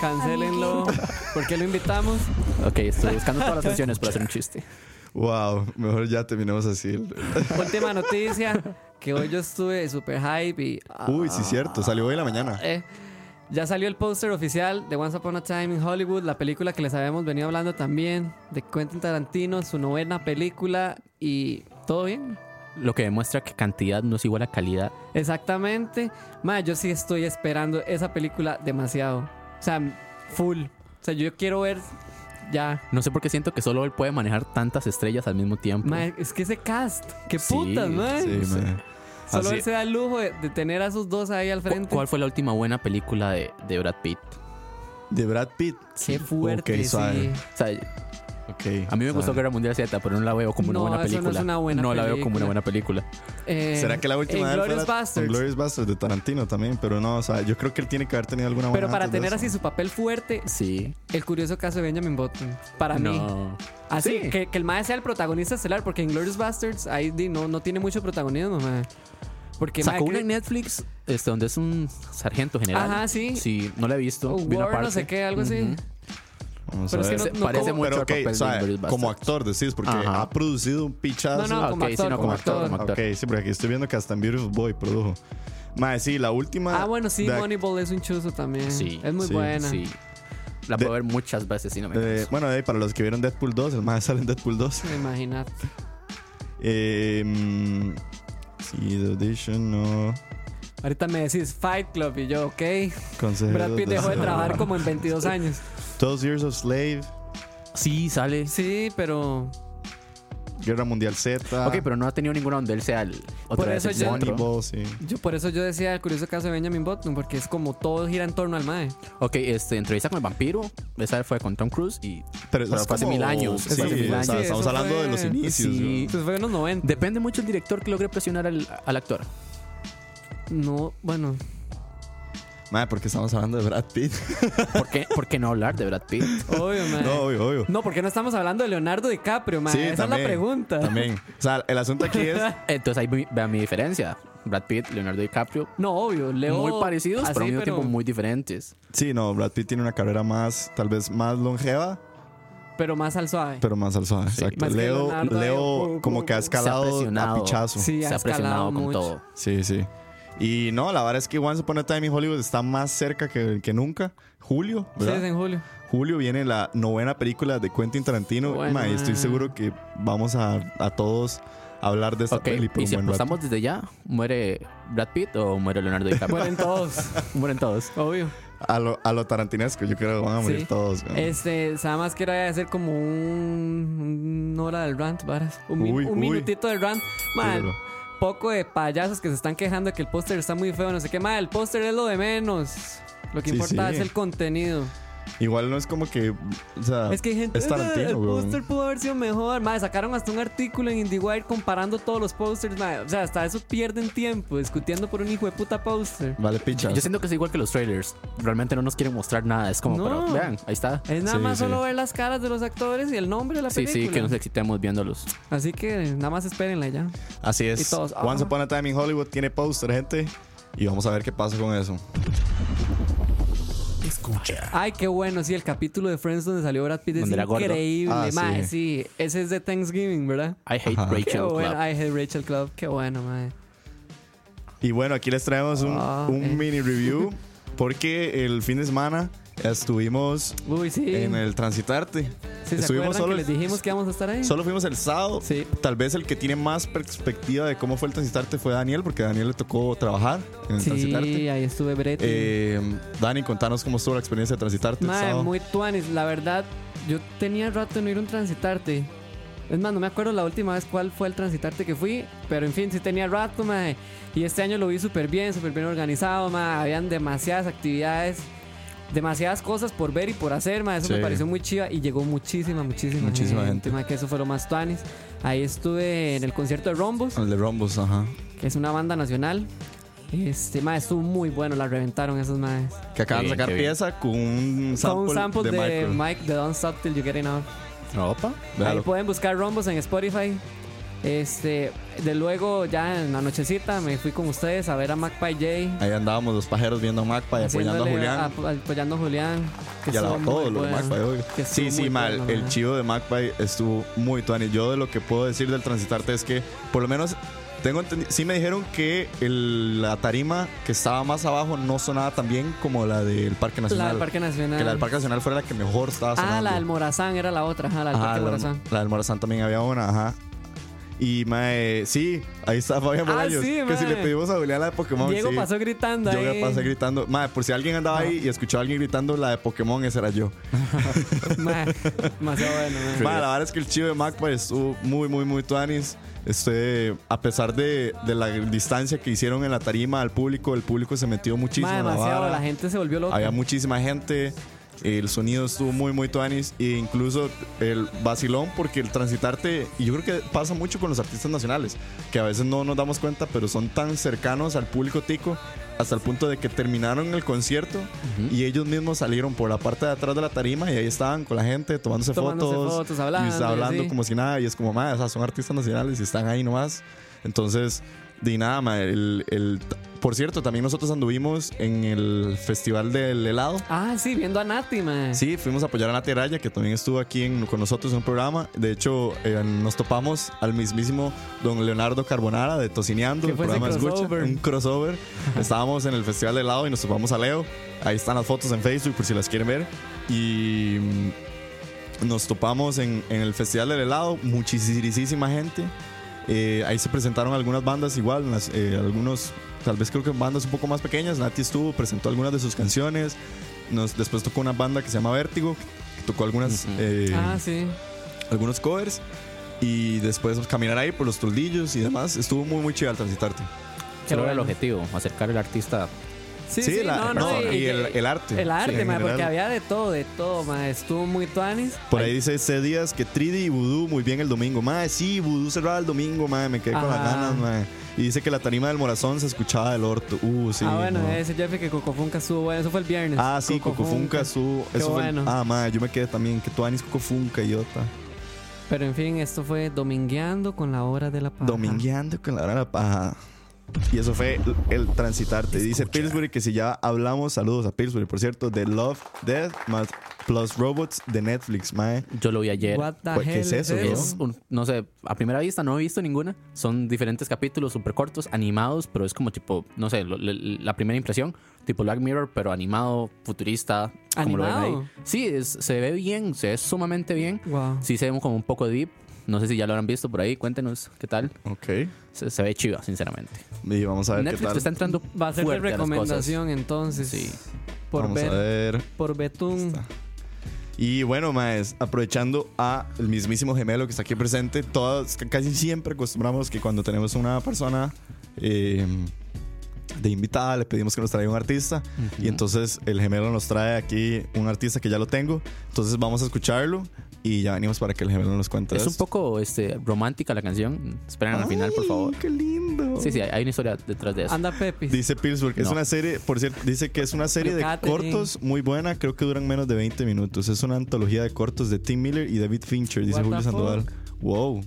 C: Cancélenlo. ¿Por qué lo invitamos?
E: Ok, estoy buscando todas las canciones para hacer un chiste.
D: wow, mejor ya terminemos así.
C: Última noticia. Que hoy yo estuve super hype y. ah,
D: Uy, sí cierto, salió hoy en la mañana.
E: Ah.
C: eh. Ya salió el póster oficial de Once Upon a Time in Hollywood, la película que les habíamos venido hablando también, de Quentin Tarantino, su novena película y todo bien.
E: Lo que demuestra que cantidad no es igual a calidad.
C: Exactamente. Ma, yo sí estoy esperando esa película demasiado. O sea, full. O sea, yo quiero ver ya.
E: No sé por qué siento que solo él puede manejar tantas estrellas al mismo tiempo.
C: Ma, es que ese cast, qué
E: Sí,
C: putas, ma.
D: Sí, man.
C: Solo
D: Así-
C: él se da el lujo de, de tener a esos dos ahí al
E: ¿Cu-
C: frente.
E: ¿Cuál fue la última buena película de, de Brad Pitt?
D: De Brad Pitt.
C: Qué fuerte,
D: Ok, suave.
C: sí.
E: O sea,
D: Ok,
E: a mí me gustó
D: suave.
E: Guerra Mundial Z, pero no la veo como una
C: No,
E: buena
C: eso no
E: película.
C: es una buena
E: No la veo como una
C: película.
E: buena película.
C: Eh,
D: ¿Será que la última de él
C: Inglourious
D: fue la-
C: Basterds.
D: Inglourious Basterds de Tarantino también, pero no, o sea, yo creo que él tiene que haber tenido alguna
C: Pero
D: buena
C: para
D: antes de
C: tener
D: eso.
C: así su papel fuerte,
E: Sí.
C: el curioso caso de Benjamin Button. Para mí.
E: No.
C: Así
E: Sí.
C: que, que el mae sea el protagonista estelar, porque Inglourious Bastards ahí di, no, no tiene mucho protagonismo, mae. Porque mae,
E: Sacó una
C: creo-
E: en Netflix este, donde es un sargento general.
C: Ajá, sí.
E: Sí, no la he visto.
C: O
E: Vi una
C: Oh, War, no
E: parte. Pues,
C: sé qué, algo así.
D: Vamos
C: Pero
D: a
C: es que
D: ver.
C: no- no
E: parece
C: como-
E: mucho
D: Pero
E: al
D: ok,
E: papel de
D: o sea,
E: Inglourious
D: como
E: Basterds.
D: actor decís, porque
E: Ajá.
D: ha producido un pichazo.
C: No, no,
E: Ah,
C: como
E: ok, sí,
C: actor,
E: no,
C: como
E: como actor,
C: actor.
E: como actor.
D: Ok, sí, porque aquí estoy viendo que hasta en Beautiful Boy produjo. Mae, sí, la última.
C: Ah, bueno, sí,
D: de-
C: Moneyball es un chuzo también.
E: Sí,
C: Es muy
D: sí,
C: buena.
E: Sí. La puedo ver muchas veces, sí, no me
D: eh,
E: canso.
D: bueno, de ahí, para los que vieron Deadpool 2, el mae sale en Deadpool 2.
C: Imagínate.
D: Eh, mm, sí, The Audition, no.
C: Ahorita me decís Fight Club y yo, ok.
D: Consejero
C: Brad Pitt dejó de
D: Señor.
C: trabajar como en 22 años.
D: 12 Years of Slave,
E: Sí, sale.
C: Sí, pero
D: Guerra Mundial Z.
E: Ok, pero no ha tenido ninguna donde él sea el otra
C: Por
E: vez
C: eso
E: el
C: yo-
E: monstruo.
D: Moneyball, sí.
C: yo por eso yo decía el curioso caso de Benjamin Button, porque es como todo gira en torno al mae.
E: Ok, este, entrevista con el vampiro. Esa fue con Tom Cruise y
D: Pero
E: Pues
D: o sea,
E: fue hace
D: como-
E: mil años,
D: sí,
E: fue hace
D: o
E: mil
D: sea,
C: años.
D: estamos
C: Eso
D: hablando
C: fue-
D: de los inicios.
E: Sí.
C: Pues fue en los 90.
E: Depende mucho el director que logre presionar al, al actor.
C: No, bueno,
D: güey. Mae, porque estamos hablando de Brad Pitt.
E: ¿Por qué, por qué no hablar de Brad Pitt?
C: obvio, mae.
D: No,
C: No,
D: obvio, obvio.
C: porque no estamos hablando de Leonardo DiCaprio, mae.
D: Sí,
C: Esa es
D: también,
C: la pregunta.
D: También. O sea, el asunto aquí es.
E: Entonces ahí vi- vean mi diferencia. Brad Pitt, Leonardo DiCaprio,
C: No, obvio, Leo.
E: muy parecidos,
C: así,
E: pero al mismo tiempo muy diferentes.
D: Sí, no, Brad Pitt tiene una carrera más, tal vez más longeva,
C: pero más al suave.
D: pero más al suave. Exacto.
C: Más que
D: Leo,
C: Leonardo,
D: Leo
C: ahí,
D: como que ha escalado a
E: presionado.
D: pichazo.
C: Sí,
E: Se
C: ha
E: ha presionado
C: escalado
E: con
C: mucho.
E: todo.
D: Sí, sí. Y no, la verdad es que Once Upon a Time in Hollywood está más cerca que, que nunca. Julio,
C: sí,
D: ¿verdad?
C: es en julio.
D: Julio viene la novena película de Quentin Tarantino.
C: Bueno,
D: Ma, y estoy
C: ma.
D: seguro que vamos a, a todos hablar de esta
E: Ok,
D: peli por
E: y
D: un
E: si
D: buen rato.
E: apostamos desde ya, ¿muere Brad Pitt o muere Leonardo
C: Mueren
E: DiCaprio?
C: todos,
E: Mueren todos.
C: obvio.
D: A lo, a lo tarantinesco, yo creo que van a morir
C: Sí.
D: todos. güey.
C: Este, nada más quiero hacer como un, una hora del rant, varas. Un, min-
D: Uy,
C: un
D: uy.
C: minutito del rant. Madre,
D: Tíralo.
C: poco de payasos que se están quejando de que el póster está muy feo, no sé qué. Madre, el póster es lo de menos. Lo que
D: Sí,
C: importa
D: sí.
C: es el contenido.
D: Igual no es como que. O sea,
C: Es que hay gente.
D: es
C: "Ah, el
D: Tarantino, güey.
C: póster pudo haber sido mejor. Madre, sacaron hasta un artículo en IndieWire comparando todos los pósters. madre. O sea, hasta eso pierden tiempo discutiendo por un hijo de puta póster.
D: Vale, pincha.
E: Yo siento que es igual que los trailers. Realmente no nos quieren mostrar nada. Es como,
C: No.
E: pero vean, ahí está.
C: Es nada
D: Sí,
C: más
D: sí.
C: solo ver las caras de los actores y el nombre de la
E: Sí,
C: película.
E: sí, que nos excitemos viéndolos.
C: Así que nada más espérenla ya.
D: Así es.
C: Y todos, ah.
D: Once Upon a Time in Hollywood tiene póster, gente. Y vamos a ver qué pasa con eso.
F: Escucha.
C: Ay, qué bueno, sí, el capítulo de Friends donde salió Brad Pitt es
E: Donde era gordo.
C: increíble,
D: Ah,
C: mae,
D: sí.
C: sí. Ese es de Thanksgiving, ¿verdad?
E: I hate
D: Ajá.
C: Qué
E: Rachel.
C: bueno,
E: Club.
C: I hate Rachel Club, qué bueno, mae.
D: Y bueno, aquí les traemos un,
C: Ah,
D: un
C: eh.
D: mini review. Porque el fin de semana estuvimos
C: Uy, sí.
D: en el Transitarte.
C: Sí, ¿se
D: estuvimos
C: acuerdan
D: solo
C: que les dijimos que íbamos a estar ahí?
D: Solo fuimos el sábado.
C: Sí.
D: Tal vez el que tiene más perspectiva de cómo fue el transitarte fue Daniel, porque a Daniel le tocó trabajar en el
C: sí,
D: transitarte.
C: ahí estuve Brett.
D: Eh, Dani, contanos cómo estuvo la experiencia de transitarte. el
C: Mae,
D: sábado.
C: muy tuanis. La verdad, yo tenía rato de no ir a un transitarte. Es más, no me acuerdo la última vez cuál fue el transitarte que fui, pero en fin, sí tenía rato, mae. Y este año lo vi súper bien, súper bien organizado, mae. Habían demasiadas actividades, demasiadas cosas por ver y por hacer, mae. Eso
D: Sí.
C: me pareció muy chiva y llegó muchísima, muchísima,
D: Muchísima gente.
C: mae, que eso fue lo más tuanis. Ahí estuve en el concierto de Rombos,
D: El de Rombos, ajá.
C: que es una banda nacional. Este, mae, estuvo muy bueno, la reventaron esos maes.
D: Que acaban de
E: Qué bien,
D: sacar
E: qué bien.
D: pieza con un
C: Con
D: sample,
C: un sample de,
D: Michael.
C: Mike de Don't Stop Till You Get Enough.
E: Ah, Opa.
C: Ahí pues.
D: Véalo.
C: pueden buscar Rombos en Spotify. Este, de luego ya en la nochecita me fui con ustedes a ver a MacPie J.
D: Ahí andábamos los pajeros viendo a Macpa y apoyando a
C: haciéndole-
D: Julián.
C: a- apoyando a Julián. que
D: y a
C: estuvo
D: la-
C: muy
D: todos los de
C: bueno,
D: Macpay, obvio.
C: que estuvo
D: Sí, sí,
C: muy
D: mal.
C: bueno,
D: el
C: man.
D: chivo de Macpay estuvo muy tuani. Yo de lo que puedo decir del transitarte es que, por lo menos, tengo entendi- Sí me dijeron que el- la tarima que estaba más abajo no sonaba tan bien como la del Parque
C: La
D: Nacional.
C: del Parque Nacional.
D: Que la del Parque Nacional fuera la que mejor estaba sonando.
C: ah, la del Morazán era la otra. Ajá, la del
D: Ajá,
C: Parque
D: Ah, la,
C: Morazán.
D: la del Morazán también había una, ajá. Y, mae, sí, ahí está Fabián
C: Ah,
D: Bolaños.
C: sí,
D: que si
C: mae.
D: le pedimos a Julián la de Pokémon.
C: Diego
D: sí.
C: pasó gritando
D: Yo
C: ahí.
D: me pasé gritando. Madre, por si alguien andaba ahí y escuchaba a alguien gritando la de Pokémon, ese era yo.
C: Ma, demasiado bueno. ma.
D: Madre, la verdad es que el chivo de Magpie estuvo muy, muy, muy tuanis. Este, a pesar de, de la distancia que hicieron en la tarima al público, el público se metió muchísimo.
C: Ma,
D: en la
C: demasiado.
D: vara.
C: La gente se volvió loca.
D: Había muchísima gente. El sonido estuvo muy, muy tuanis. E incluso el vacilón, porque el transitarte, y yo creo que pasa mucho con los artistas nacionales, que a veces no nos damos cuenta, pero son tan cercanos al público tico, hasta el punto de que terminaron el concierto y ellos mismos salieron por la parte de atrás de la tarima y ahí estaban con la gente tomándose,
C: Tomándose
D: fotos,
C: fotos, hablando
D: y está
C: y
D: hablando
C: así.
D: como si nada. Y es como, más, o sea, son artistas nacionales y están ahí nomás. Entonces, de nada, ma, el, el t- Por cierto, también nosotros anduvimos en el Festival del Helado.
C: Ah, sí, viendo a Nati, mae.
D: Sí, fuimos a apoyar a Nati Araya, que también estuvo aquí en- con nosotros en un programa. De hecho, eh, nos topamos al mismísimo don Leonardo Carbonara de Tocineando,
C: Que
D: el
C: fue ese
D: programa Escucha,
C: crossover.
D: un crossover. Estábamos en el Festival del Helado y nos topamos a Leo. Ahí están las fotos en Facebook por si las quieren ver. Y mm, nos topamos en, en el Festival del Helado, muchísima gente. Eh, ahí se presentaron algunas bandas igual, unas, eh, algunos, tal vez creo que bandas un poco más pequeñas. Nati estuvo, presentó algunas de sus canciones. Nos, después tocó una banda que se llama Vértigo, que tocó algunas, eh,
C: Ah, sí.
D: algunos covers. Y después caminar ahí por los toldillos y demás. Estuvo muy, muy chido al transitarte.
E: Ese era el
C: bueno.
E: objetivo, acercar al artista.
C: Sí,
D: Sí,
C: sí,
D: la-
C: no, no,
D: no, y el- el arte.
C: El arte,
D: Este, Sí, en
C: mae, porque
D: general.
C: había de todo, de todo, mae. Estuvo muy tuanis.
D: Por ahí dice C. Díaz que 3D y Voodoo muy bien el domingo. Mae, sí, Voodoo cerraba el domingo, mae, me quedé con las
C: Ajá.
D: ganas, mae. Y dice que la tarima del Morazón se escuchaba del orto. Uh, sí.
C: ah, bueno,
D: no.
C: ese jefe que Cocofunca estuvo bueno. Eso fue el viernes.
D: Ah, sí, Cocofunca,
C: Cocofunca.
D: su.
C: Qué
D: Eso fue el-
C: bueno.
D: ah, mae, yo me quedé también. Que tú, Anis Cocofunca, idiota.
C: Pero en fin, esto fue Domingueando con la hora de la paja.
D: Domingueando con la hora de la paja. Y eso fue el transitarte. Dice Pillsbury que si ya hablamos, saludos a Pillsbury, por cierto, de Love, Death, más Plus Robots de Netflix, mae.
E: Yo lo vi ayer.
C: What the
D: ¿Qué
C: hell
D: es eso,
E: Es un- no sé, a primera vista no he visto ninguna. Son diferentes capítulos súper cortos, animados, pero es como tipo, no sé, lo- le- la primera impresión, tipo Black Mirror, pero animado, futurista. Como lo ven ahí.
C: ¿Animado?
E: Sí, es- se ve bien, se ve sumamente bien.
C: Wow.
E: Sí se ve como un poco deep. No sé si ya lo habrán visto por ahí, cuéntenos qué tal.
D: Ok.
E: Se, se ve chiva, sinceramente.
D: Y vamos a ver qué
E: Netflix
D: tal.
E: le está entrando
C: Va a ser de
E: fuerte las cosas.
C: recomendación entonces.
E: Sí.
C: Por,
D: vamos a
C: ver,
D: ver.
C: por Betún.
D: Y bueno, Maes, aprovechando a el mismísimo gemelo que está aquí presente, todas, c- casi siempre acostumbramos que cuando tenemos una persona eh, de invitada, le pedimos que nos traiga un artista. Y entonces el gemelo nos trae aquí un artista que ya lo tengo. Entonces vamos a escucharlo y ya venimos para que el gemelo nos cuente.
E: Es un
D: esto.
E: poco este, romántica la canción. Esperen al final, por
D: ¡Ay,
E: favor.
D: ¡Qué lindo!
E: Sí, sí, hay hay una historia detrás de eso.
C: Anda Pepe.
D: Dice Pillsburg, es
E: No.
D: una serie, por cierto, dice que es una serie de
C: Catering.
D: cortos muy buena, creo que duran menos de 20 minutos. Es una antología de cortos de Tim Miller y David Fincher, dice
C: What
D: Julio
C: the fuck?
D: Sandoval. Wow,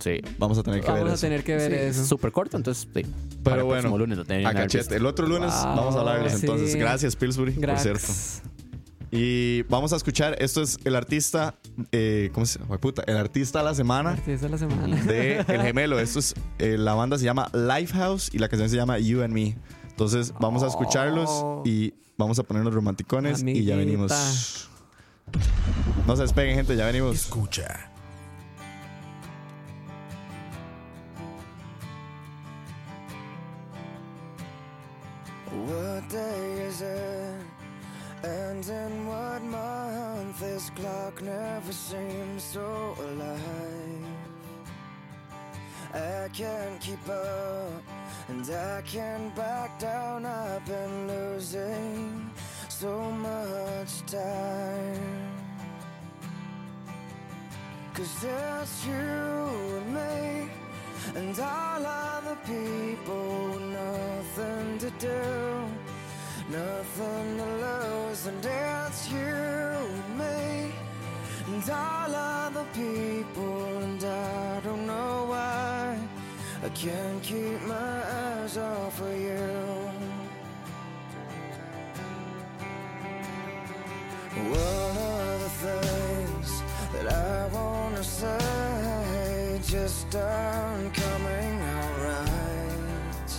E: Sí.
D: vamos a tener que ver
C: Vamos a
D: eso.
C: tener que ver
E: Sí,
C: eso.
E: Es súper corto, entonces sí. Pero
D: Pero
E: el
D: bueno,
E: próximo lunes lo tienen
D: a
E: en el
D: cachete. El otro lunes
C: Wow,
D: vamos a hablarles
C: sí.
D: entonces. Gracias, Pillsbury,
C: Grax.
D: por cierto. Y vamos a escuchar, esto es el artista, eh, ¿cómo se llama? Puta, el artista de la semana
C: Sí, esa es la semana.
D: de El Gemelo. Esto es, eh, la banda se llama Lifehouse y la canción se llama You and Me. Entonces vamos a escucharlos y vamos a poner los romanticones y ya
C: Amiguita.
D: venimos. No se despeguen, gente, ya venimos.
F: Escucha.
A: What day is it? And in what month? This clock never seems so alive. I can't keep up, and I can't back down. I've been losing so much time. Cause it's you and me and all other people with nothing to do, nothing to lose, and it's you and me and all other people, and I don't know why I can't keep my eyes off of you. What are the things that I wanna say just aren't coming out right?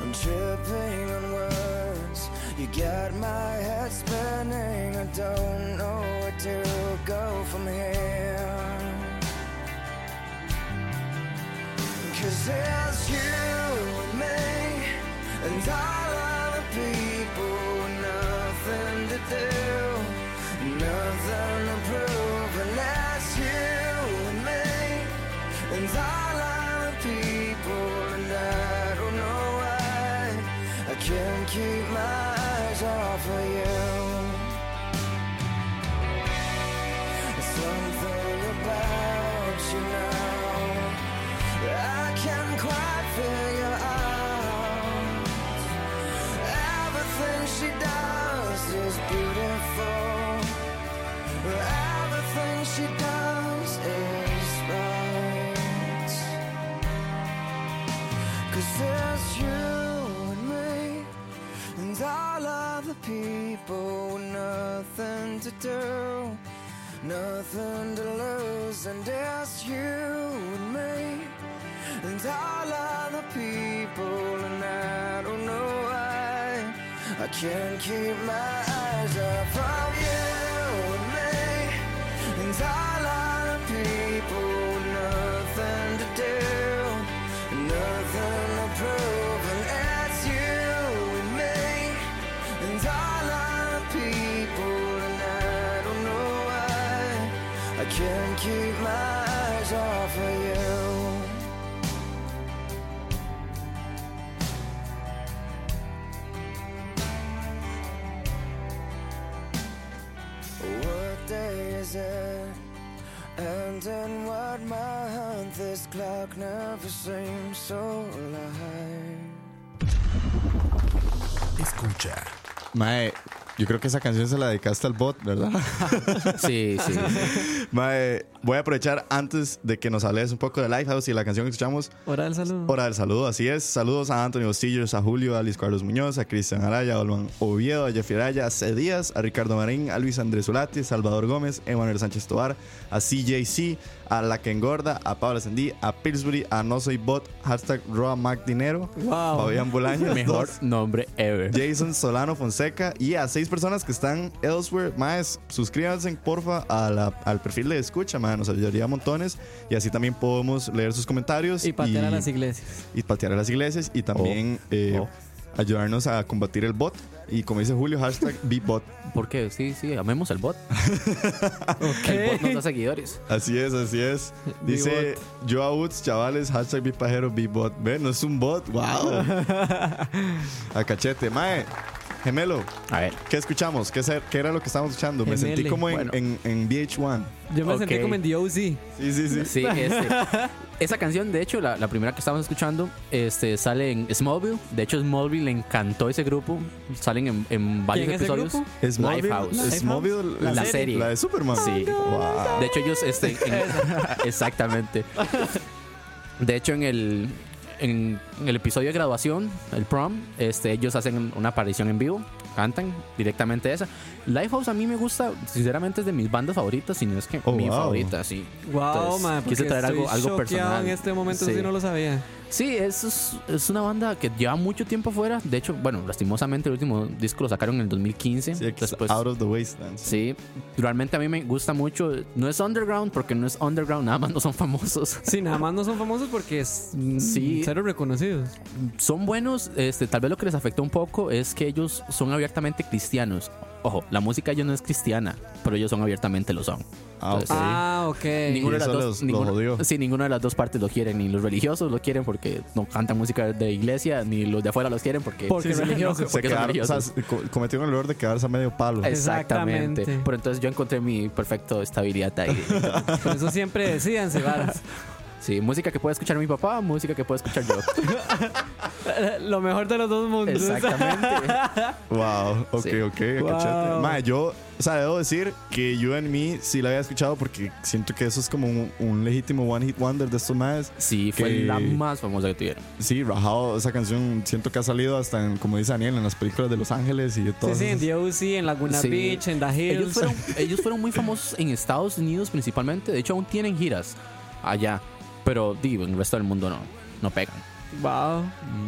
A: I'm tripping on words. You got my head spinning. I don't know where to go from here. Cause it's you and me and all other people with nothing to do, nothing to prove. And it's you and me and all other people, and I don't know why I can't keep my eyes off of you. Something about you now I can't quite figure out Everything she does is beautiful Everything she does is right Cause it's you
G: all of the people with nothing to do, nothing to lose, and it's you and me. And all of the people, and I don't know why I can't keep my eyes up from you and me. And all of the people, with nothing to do, nothing to prove, and it's you and me. And all of the people, and I don't know why I can't keep my eyes off of you. What day is it? And in what month this clock never seems so alive.
F: Escucha.
D: Mae, yo creo que esa canción se la dedicaste al bot, ¿verdad?
E: Sí, sí.
D: Mae, voy a aprovechar antes de que nos hables un poco de Lifehouse y la canción que escuchamos.
C: Hora del saludo.
D: Hora del saludo, así es. Saludos a Anthony Bustillos, a Julio, a Luis Carlos Muñoz, a Cristian Araya, a Olman Oviedo, a Jeffy Araya, a C. Díaz, a Ricardo Marín, a Luis Andrés Ulati, Salvador Gómez, Emanuel Sánchez Tobar, a CJC, a La Que Engorda, a Pablo Sendí, a Pillsbury, a No Soy Bot, hashtag Roa Mac Dinero,
C: Wow.
D: Fabián Bolaños,
E: Mejor
D: dos,
E: nombre ever.
D: Jason Solano Fonseca y a seis personas que están elsewhere. Más, suscríbanse, porfa, a la- al perfil de escucha, mae, nos ayudaría montones y así también podemos leer sus comentarios
C: Y patear a las iglesias.
D: y patear a las iglesias y también eh,
E: oh.
D: ayudarnos a combatir el bot. Y como dice Julio, hashtag BeBot.
E: ¿Por qué? Sí, sí, amemos al bot. El bot nos da seguidores.
D: Así es, así es. Dice Joa Woods, chavales, hashtag BePajero, BeBot. Ve, no es un bot, wow. a cachete, mae. Gemelo,
E: A ver.
D: ¿qué escuchamos? ¿Qué, se- qué era lo que estábamos escuchando? Me
C: Gemele.
D: sentí como en,
E: Bueno.
D: en- en VH1.
C: Yo me
E: Ok.
C: sentí como en The O.C.
D: Sí, sí, sí.
E: Sí, este. Esa canción, de hecho, la, la primera que estábamos escuchando, este, sale en Smallville. De hecho, Smallville le encantó ese grupo. Salen en, en varios
C: ¿Quién es el
E: episodios.
C: grupo?
D: Smallville,
E: Lifehouse.
D: Smallville,
E: La serie.
D: La de Superman.
E: Sí.
D: Wow.
E: De hecho, ellos. Este, en- exactamente. De hecho, en el. En, en el episodio de graduación, el prom, este, ellos hacen una aparición en vivo, cantan directamente esa. Lifehouse a mí me gusta, sinceramente es de mis bandas favoritas, si no es que
D: Oh,
E: mi
D: wow.
E: favorita, sí.
C: Wow,
E: Entonces,
C: man.
E: quise traer algo, algo personal.
C: en este momento,
E: Sí.
C: si no lo sabía.
E: Sí, es, es- es una banda que lleva mucho tiempo afuera. De hecho, bueno, lastimosamente el último disco lo sacaron en el 2015.
D: Sí, aquí está,
E: Después,
D: Out of the Wastelands.
E: sí, realmente a mí me gusta mucho. No es underground porque no es underground, nada más no son famosos.
C: Sí, nada más no son famosos porque es mm,
E: Sí.
C: cero reconocidos.
E: Son buenos, este, tal vez lo que les afectó un poco es que ellos son abiertamente cristianos. Ojo, la música de ellos no es cristiana, pero ellos son abiertamente lo son.
D: Ah,
E: Entonces,
D: ok.
C: Ah, ok.
E: Ninguna de las
D: eso los-
E: dos,
D: los
E: ninguna-
D: jodió.
E: sí, ninguna de las dos partes lo quieren, ni los religiosos lo quieren porque no cantan música de iglesia, ni los de afuera los quieren porque,
C: Porque
E: son
C: religiosos.
E: religiosos,
D: se
E: porque son
D: quedaron, o sea,
E: religiosos.
D: se co- cometieron el error de quedarse a medio palo.
E: Exactamente.
C: Exactamente.
E: Pero entonces yo encontré mi perfecto estabilidad ahí.
C: Por eso siempre decían varas.
E: Sí, música que puede escuchar mi papá, música que puede escuchar yo.
C: Lo mejor de los dos mundos.
E: Exactamente.
D: Wow, ok,
E: Sí.
D: ok, cachete.
C: Wow.
D: Ma, yo, o sea, debo decir que yo en mí sí la había escuchado porque siento que eso es como un, un legítimo One Hit Wonder de estos más.
E: Sí, fue
D: Que-
E: la más famosa que tuvieron.
D: Sí, rajado, esa canción siento que ha salido hasta, en, como dice Daniel, en las películas de Los Ángeles y de todo.
C: Sí, sí, en The O.C., en Laguna
E: Sí.
C: Beach, en The Hills.
E: Ellos fueron, ellos fueron muy famosos en Estados Unidos principalmente. De hecho, aún tienen giras allá. Pero digo, en el resto del mundo no, no pegan.
C: Wow.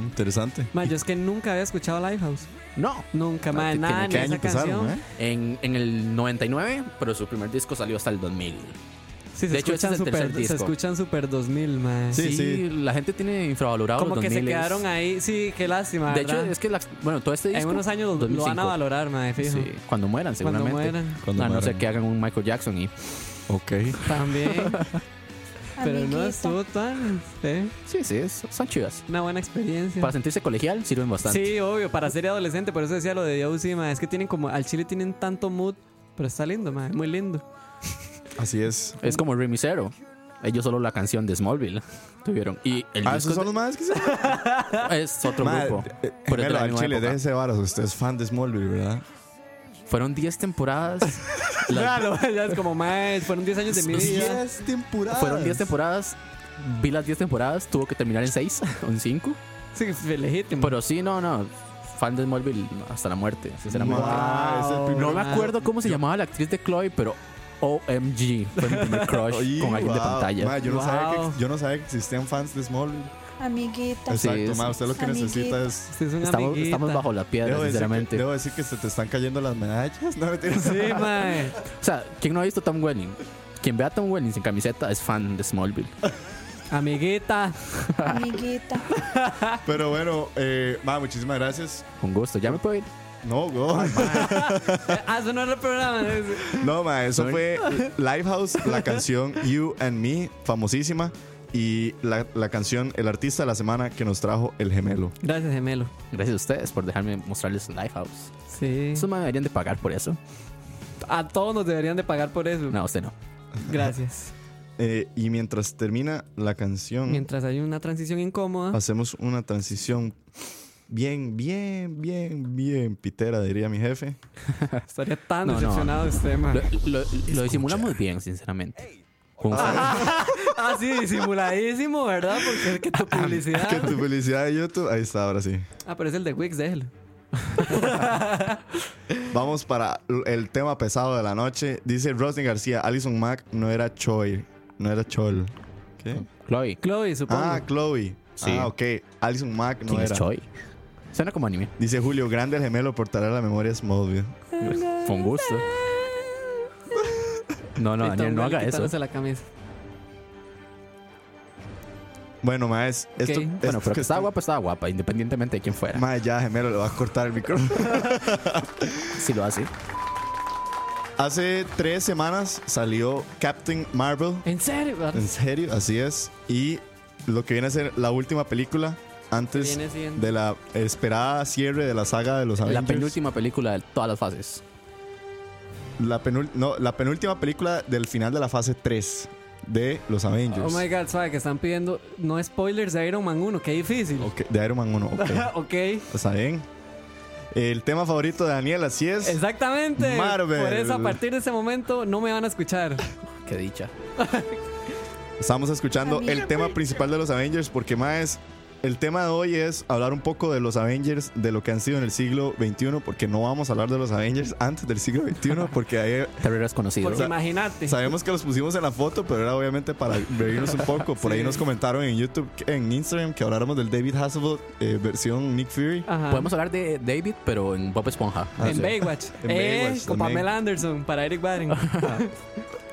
D: interesante.
C: Man, yo es que nunca había escuchado Lifehouse.
E: No.
C: Nunca,
E: Ah,
C: man,
E: ¿qué-
C: nada
E: qué-
C: en
D: ¿Qué
C: esa
D: año empezaron,
C: canción.
D: eh?
E: En, en el 99, pero su primer disco salió hasta el 2000.
C: Sí, se
E: De hecho, ese
C: escuchan
E: es el tercer
C: super, se
E: disco.
C: escuchan super 2000, man.
D: Sí, sí.
E: la gente tiene infravalorado
C: Como
E: los
C: que se
E: 2000s.
C: quedaron ahí. Sí, qué lástima.
E: De hecho,
C: ¿verdad?
E: es que la- bueno, todo este disco
C: en unos años lo- lo,
E: 2005.
C: van a valorar, man, fijo.
E: Sí, cuando mueran,
C: Cuando
E: seguramente.
C: mueran.
D: Cuando
E: a no ser
D: mueran.
E: que hagan un Michael Jackson y.
D: Ok.
C: También. Pero no estuvo tan. ¿eh?
E: Sí, sí, es- son chivas.
C: Una buena experiencia.
E: Para sentirse colegial sirven bastante.
C: Sí, obvio, para ser adolescente, por eso decía lo de Dios, sí, ma, es que tienen como, al chile tienen tanto mood, pero está lindo, ma, muy lindo.
D: Así es.
E: Es como Remy Zero. Ellos solo la canción de Smallville tuvieron. Y el
D: Ah,
E: disco
D: esos son los más que se
E: de- es otro
D: Ma,
E: grupo.
D: eh,
E: pero es de
D: gemelo,
E: la
D: al
E: misma
D: Chile,
E: época.
D: déjese varas. Usted es fan de Smallville, ¿verdad?
E: Fueron 10 temporadas. Las-
C: Claro, ya es como, ma, fueron 10 años de mi vida.
D: temporadas.
E: fueron 10 temporadas.
D: Mm.
E: Vi las 10 temporadas. Tuvo que terminar en 6 o en 5.
C: Sí, fue legítimo.
E: Pero sí, no, no. fan de Smallville hasta la muerte, sinceramente.
D: Ah, es el
E: No
D: primer-
E: me acuerdo cómo se llamaba la actriz de Chloe, pero OMG fue mi primer crush
D: Oye,
E: con alguien de
D: wow.
E: pantalla.
D: Ma, yo, no sabía que,
C: Wow.
D: ex- yo no sabía que existían fans de Smallville.
H: Amiguita.
E: Sí,
D: Exacto,
E: es-
D: ma, usted lo que
H: amiguita.
D: necesita es.
C: Usted es un
E: Estamos,
C: amiguita.
E: estamos bajo la piedra,
D: Debo decir, que,
E: sinceramente.
D: debo decir que se te están cayendo las medallas. No, mentiras.
C: Sí, mae.
E: O sea, ¿quién no ha visto Tom Welling? Quien vea a Tom Welling sin camiseta es fan de Smallville.
C: Amiguita.
H: Amiguita.
D: Pero bueno, eh, ma, muchísimas gracias.
E: Con gusto. Ya me puedo ir.
D: No, go.
C: Ah, eso no era el programa.
D: No, ma, eso fue Livehouse, la canción You and Me, famosísima. Y la, la canción El artista de la semana que nos trajo El Gemelo.
C: Gracias, gemelo.
E: Gracias a ustedes por dejarme mostrarles Lifehouse.
C: Sí.
E: Eso me deberían de pagar por eso.
C: A todos nos deberían de pagar por eso.
E: No, usted no.
C: Gracias.
D: Eh, y mientras termina la
E: Mm.
D: canción,
C: Mientras hay una transición incómoda.
D: hacemos una transición bien, bien, bien, bien pitera, diría mi jefe.
C: Estaría tan
E: No, no.
C: decepcionado este usted, mae.
E: Lo, lo- lo disimulamos bien, sinceramente. Con
C: Ah, sí, disimuladísimo, ¿verdad? Porque es que tu
E: Ah.
C: publicidad.
D: Que tu felicidad de YouTube. Ahí está, ahora sí.
C: Ah, pero es el de Wix, déjelo.
D: Vamos para el tema pesado de la noche. Dice Rosny García, Alison Mack no era Choi, no era Chol. ¿Qué?
E: Chloe.
C: Chloe, supongo.
D: Ah, Chloe.
E: Sí.
D: Ah, ok. Alison Mack no
E: ¿Quién es
D: era.
E: Choi? Suena como anime.
D: Dice Julio, grande el gemelo portará la memoria Smallville.
E: Con gusto. No, no,
C: Ahí está
E: Daniel,
C: un
E: no
C: güey
E: haga eso.
C: quitándose la camisa.
D: Bueno, maes, esto,
C: Ok.
E: Bueno, pero que
D: está
E: estaba guapa, estaba guapa, independientemente de quién fuera.
D: Mae, ya gemelo le va a cortar el micrófono.
E: Si lo hace.
D: Hace tres semanas salió Captain Marvel.
C: ¿En serio? ¿verdad?
D: En serio, así es. Y lo que viene a ser la última película antes
C: Viene siendo.
D: de la esperada cierre de la saga de los
E: La
D: Avengers.
E: penúltima película de todas las fases.
D: La, penul- no, la penúltima película del final de la fase 3 de los
C: Oh
D: Avengers.
C: my god, sabe que están pidiendo no spoilers de Iron Man 1, qué difícil.
D: Ok, de Iron Man 1. ok.
C: ok.
D: Está bien. El tema favorito de Daniel, así es.
C: Exactamente.
D: Marvel.
C: Por eso a partir de ese momento no me van a escuchar.
E: Qué dicha.
D: Estamos escuchando el tema principal de los Avengers porque más el tema de hoy es hablar un poco de los Avengers, de lo que han sido en el siglo XXI, porque no vamos a hablar de los Avengers antes del siglo XXI, porque ahí
E: Terror es conocido.
C: Porque imagínate.
D: Sabemos que los pusimos en la foto, pero era obviamente para reírnos un poco. Por ahí nos comentaron en YouTube, en Instagram, que habláramos del David Hasselhoff eh, versión Nick Fury.
C: Ajá.
E: Podemos hablar de David, pero en Bob Esponja.
D: Ah,
C: en
D: sí.
C: Baywatch.
D: En
C: eh,
D: Baywatch
C: con
D: también.
C: Pamela Anderson para Eric Baring.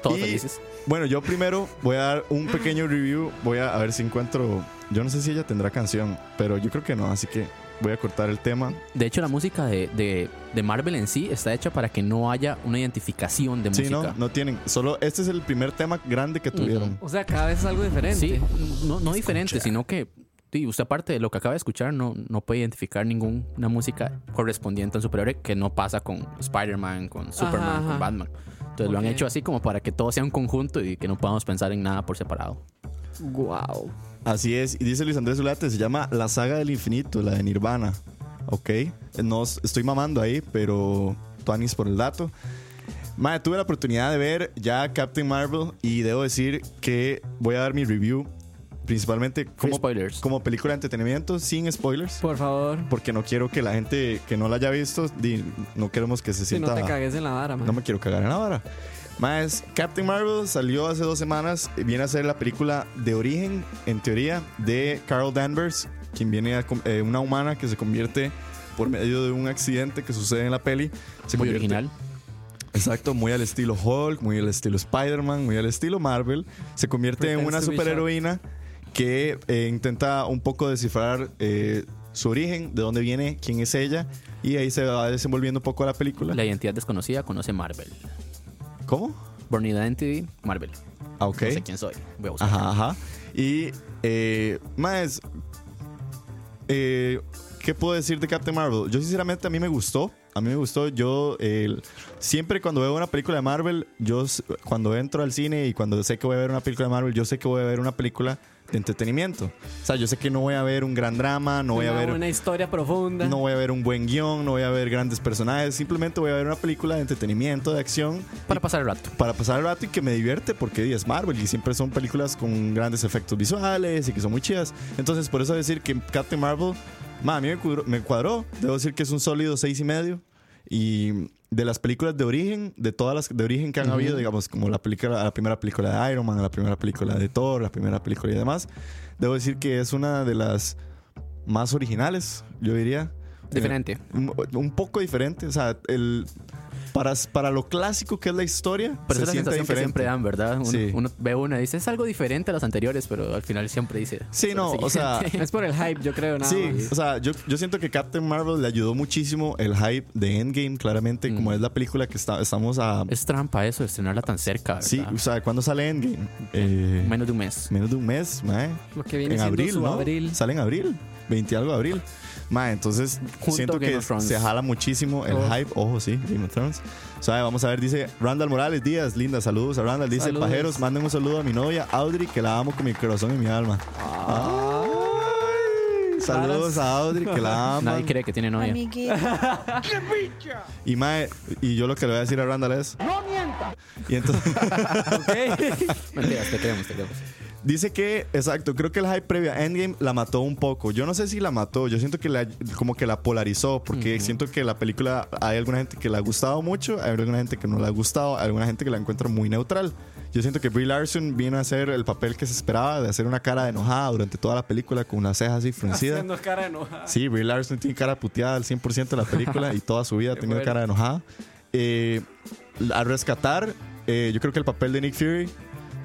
E: Todos
D: Y-
E: felices.
D: Bueno, yo primero voy a dar un pequeño review. Voy a, a ver si encuentro. Yo no sé si ella tendrá canción, pero yo creo que no, así que voy a cortar el tema.
E: De hecho, la música de, de- de Marvel en sí está hecha para que no haya una identificación de
D: Sí,
E: música.
D: no, no tienen. Solo este es el primer tema grande que tuvieron.
C: o sea, cada vez es algo diferente.
E: Sí, no, no diferente, sino que sí, usted aparte de lo que acaba de escuchar no, no puede identificar ninguna música correspondiente a un superhéroe que no pasa con Spider-Man, con Superman,
C: ajá.
E: con Batman. Entonces lo han
C: Ok.
E: hecho así como para que todo sea un conjunto y que no podamos pensar en nada por separado.
C: Wow.
D: Así es. Y dice Luis Andrés Zulate, se llama La Saga del Infinito, la de Nirvana. Ok. No s- estoy mamando ahí, pero tuanis por el dato. Mae, tuve la oportunidad de ver ya Captain Marvel y debo decir que voy a dar mi review principalmente como,
E: spoilers.
D: como película de entretenimiento sin spoilers.
C: Por favor.
D: Porque no quiero que la gente que no la haya visto, di- no queremos que se
C: Si
D: sienta...
C: no te cagues en la vara, man.
D: No me quiero cagar en la vara. Más, Captain Marvel salió hace dos semanas. eh, Viene a ser la película de origen, en teoría, de Carol Danvers, quien viene a com- eh, una humana que se convierte por medio de un accidente que sucede en la peli. Se
E: Muy
D: convierte-
E: original.
D: Exacto, muy al estilo Hulk, muy al estilo Spider-Man, muy al estilo Marvel. Se convierte en
C: Pretends
D: una
C: to be
D: superheroína que eh, intenta un poco descifrar eh, su origen, de dónde viene, quién es ella. Y ahí se va desenvolviendo un poco la película.
E: La identidad desconocida conoce Marvel.
D: ¿Cómo?
E: Born Identity, Marvel.
D: Ah, ok.
E: No sé quién soy. Voy a buscar.
D: Ajá, ajá. Y, eh, más, eh, ¿qué puedo decir de Captain Marvel? Yo, sinceramente, a mí me gustó. A mí me gustó. Yo, eh, siempre cuando veo una película de Marvel, yo, s- cuando entro al cine y cuando sé que voy a ver una película de Marvel, yo sé que voy a ver una película de entretenimiento. O sea, yo sé que no voy a ver un gran drama, no voy a
C: Una-
D: ver.
C: Una historia profunda.
D: No voy a ver un buen guión, no voy a ver grandes personajes, simplemente voy a ver una película de entretenimiento, de acción
E: Para pasar el rato.
D: para pasar el rato y que me divierte porque di, es Marvel y siempre son películas con grandes efectos visuales y que son muy chidas. Entonces, por eso decir que Captain Marvel Ma, a mí me cuadró, me cuadró. Debo decir que es un sólido seis y medio. Y de las películas de origen, de todas las de origen que han habido, digamos, como la, película, la primera película de Iron Man, la primera película de Thor, la primera película y demás, debo decir que es una de las más originales, yo diría.
E: Diferente.
D: Eh, un, un poco diferente. O sea, el, para, para lo clásico que es la historia,
E: Pero
D: se
E: esa es la
D: siente
E: sensación que
D: diferente.
E: siempre dan, ¿verdad? Uno,
D: Sí.
E: uno ve una y dice, es algo diferente a las anteriores, pero al final siempre dice...
D: Sí, no,
E: "La
D: o sea,
E: siguiente".
C: Es por el hype, yo creo, nada
D: Sí,
C: más.
D: o sea, yo, yo siento que Captain Marvel le ayudó muchísimo el hype de Endgame, claramente,
E: Mm.
D: como es la película que está- estamos a...
E: Es trampa eso, estrenarla tan cerca, ¿verdad?
D: Sí, o sea, ¿cuándo sale Endgame? Eh,
E: Menos de un mes.
D: menos de un mes, mae.
C: Lo que viene
D: En
C: siendo
D: abril,
C: su
D: ¿no?
C: abril.
D: Sale en abril, 20 y algo de abril. Mae, entonces
E: Junto
D: siento
E: Game
D: que
E: of Thrones.
D: se jala muchísimo el
C: Ojo.
D: hype. Ojo, sí, Game of Thrones. O sea, vamos a ver, dice Randall Morales Díaz, linda, saludos a Randall. Dice,
C: Saludos.
D: pajeros, manden un saludo a mi novia Audrey, que la amo con mi corazón y mi alma.
C: Ah.
D: Ay, saludos a Audrey, que la amo.
E: Nadie cree que tiene novia.
H: amiguita,
D: Y mae, y yo lo que le voy a decir a Randall es. ¡No mienta! Y entonces
C: Ok.
E: Mentiras, te creemos, te creemos.
D: dice que, exacto, creo que el hype previa a Endgame la mató un poco. Yo no sé si la mató, yo siento que la, como que la polarizó, porque siento que la película hay alguna gente que la ha gustado mucho, hay alguna gente que no la ha gustado, hay alguna gente que la encuentra muy neutral. Yo siento que Brie Larson vino a hacer el papel que se esperaba, de hacer una cara de enojada durante toda la película con una ceja así fruncida.
C: Haciendo cara enojada.
D: Sí, Brie Larson tiene cara puteada al 100% de la película y toda su vida ha tenido
C: bueno.
D: cara enojada. Eh, a rescatar, eh, yo creo que el papel de Nick Fury,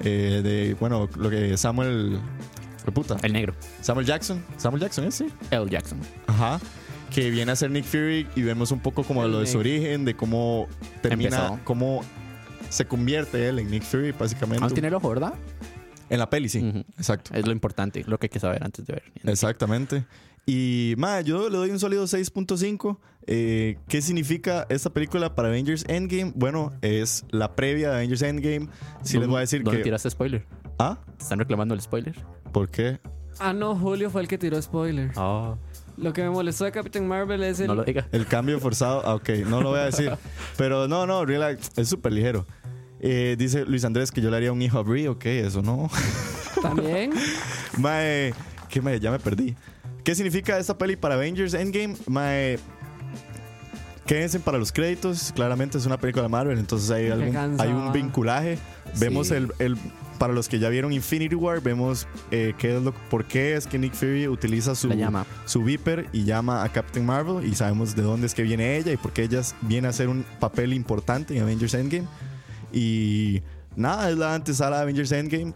D: eh, de, bueno, lo que Samuel. fue puta.
E: El negro,
D: Samuel Jackson. Samuel Jackson, ¿es? Sí.
E: El Jackson.
D: Ajá. Que viene a ser Nick Fury y vemos un poco como
C: El
D: lo de su
C: Nick.
D: origen, de cómo termina,
E: Empezó.
D: cómo se convierte él en Nick Fury, básicamente.
E: Aún tiene el ojo, ¿verdad?
D: En la peli, sí.
E: Ujú.
D: Exacto.
E: Es lo importante, lo que hay que saber antes de ver.
D: Exactamente. Y, ma, yo le doy un sólido 6.5. Eh, ¿Qué significa esta película para Avengers Endgame? Bueno, es la previa de Avengers Endgame. Sí les voy a decir
E: ¿Dónde
D: que...
E: tiraste spoiler?
D: ¿Ah?
E: ¿Te están reclamando el spoiler?
D: ¿Por qué?
C: Ah, no, Julio fue el que tiró spoiler.
E: Ah,
C: Lo que me molestó de Captain Marvel es el.
E: no lo diga.
D: El cambio forzado. Ah, ok, no lo voy a decir. Pero no, no, relax. Es súper ligero. Eh, dice Luis Andrés que yo le haría un hijo a Brie. Ok, eso no.
C: También.
D: Mae, ¿qué mae? Ya me perdí. ¿Qué significa esta peli para Avengers Endgame? Mae, quédense para los créditos. Claramente es una película de Marvel, entonces hay,
C: Qué
D: algún-
C: cansada.
D: hay un vinculaje. Vemos
E: Sí.
D: el, el- Para los que ya vieron Infinity War, vemos eh, qué es lo, por qué es que Nick Fury utiliza su,
E: La llama.
D: su Viper y llama a Captain Marvel y sabemos de dónde es que viene ella y por qué ella viene a hacer un papel importante en Avengers Endgame. Y nada, es la antesala de Avengers Endgame.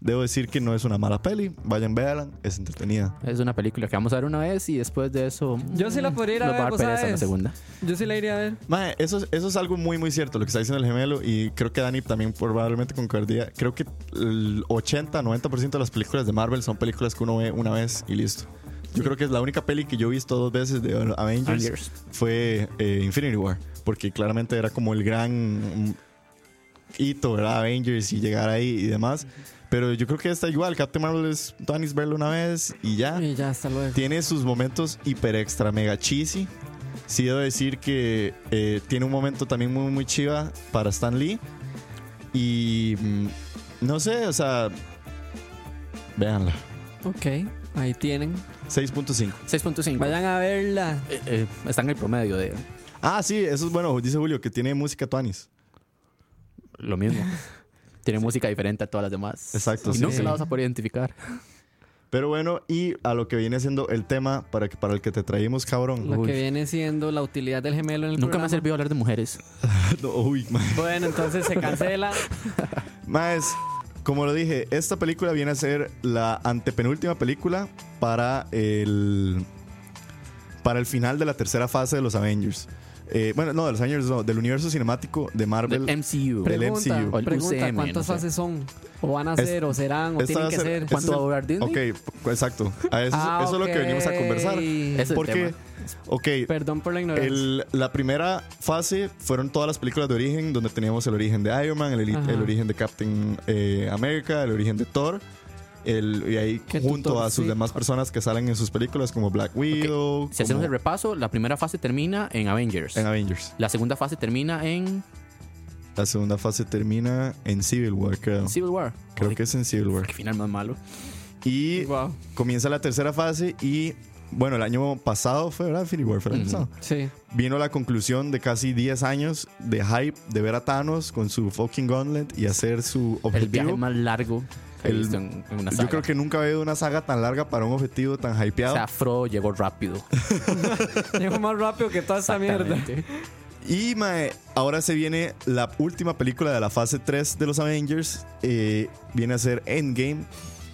D: Debo decir que no es una mala peli. Vayan, véanla. Es entretenida.
E: Es una película que vamos a ver una vez y después de eso.
C: Yo sí la podría ir a
E: nos va
C: ver,
E: dar
C: vos
E: pereza en la
C: sabes.
E: segunda.
C: Yo sí la iría a ver.
D: Mae, eso, es- eso es algo muy, muy cierto, lo que está diciendo el gemelo. Y creo que Dani también probablemente concordía. Creo que el 80, 90% de las películas de Marvel son películas que uno ve una vez y listo. Yo creo que es la única peli que yo he visto dos veces de Avengers.
E: Avengers.
D: Fue eh, Infinity War. Porque claramente era como el gran mm, hito, ¿verdad? Avengers y llegar ahí y demás. Pero yo creo que está igual. Captain Marvel es Dani's verlo una vez y ya.
C: Y ya, hasta luego.
D: Tiene sus momentos hiper extra mega cheesy. Sí debo decir que eh, tiene un momento también muy muy chiva para Stan Lee. Y mm, no sé, o sea, véanla.
C: Ok, ahí tienen.
D: 6.5.
E: 6.5.
C: Vayan a verla.
E: Eh, eh, está en el promedio de
D: Ah, sí, eso es bueno, dice Julio que tiene música Tuanis.
E: lo mismo. Tiene música diferente a todas las demás.
D: Exacto,
E: Y
D: sí.
E: nunca la vas a poder identificar.
D: Pero bueno, y a lo que viene siendo el tema para, que, para el que te traímos, cabrón.
C: Lo
D: Uy,
C: que viene siendo la utilidad del gemelo en el
E: Nunca me
C: programa.
E: ha servido hablar de mujeres.
D: no, uy, ma-
C: Bueno, entonces se cancela.
D: Más, como lo dije, esta película viene a ser la antepenúltima película para el para el final de la tercera fase de los Avengers. Eh, bueno, no, de los Avengers, no, del universo cinemático de Marvel.
E: Del MCU.
D: Pre- Del
C: Pregunta,
D: MCU.
E: O el
C: pregunta
E: UCM,
C: ¿cuántas
E: no sé.
C: fases son? ¿O van a
D: Es-
C: ser? ¿O serán? ¿O
D: Esta
C: tienen
D: va a
C: que
D: ser-
C: ser?
D: este es
E: ¿Cuánto
D: el-
E: va a durar Disney?
D: Ok, p- exacto. A eso,
C: Ah,
D: eso es lo que
C: ok.
D: venimos a conversar.
E: Ese es el
D: Porque,
E: tema.
D: ok,
C: Perdón por la ignorancia.
D: el- la primera fase fueron todas las películas de origen, donde teníamos el origen de Iron Man, el, eli-
C: Ajá.
D: el origen de Captain eh, America, el origen de Thor. El, y ahí
C: Que tu
D: junto a sus
C: Thorcito.
D: demás personas que salen en sus películas como Black Widow.
E: Si hacemos
D: como-
E: el repaso, la primera fase termina en Avengers.
D: en Avengers.
E: La segunda fase termina en
D: La segunda fase termina en Civil War, creo.
E: Civil War.
D: Creo
E: Uy,
D: que es en Civil War.
E: Qué final más malo.
D: Y
C: Wow.
D: comienza la tercera fase y bueno, el año pasado fue, ¿verdad? Infinity War fue el año pasado.
C: Sí.
D: Vino la conclusión de casi 10 años de hype de ver a Thanos con su fucking gauntlet y hacer su objetivo.
E: El viaje más largo que he
D: El-
E: visto en, en una saga.
D: Yo creo que nunca había habido una saga tan larga para un objetivo tan
E: O
D: hypeado.
E: sea, Frodo llegó rápido.
C: Llego más rápido que toda esta mierda.
E: Exactamente.
D: Y mae, ahora se viene la última película de la fase 3 de los Avengers. eh, viene a ser Endgame.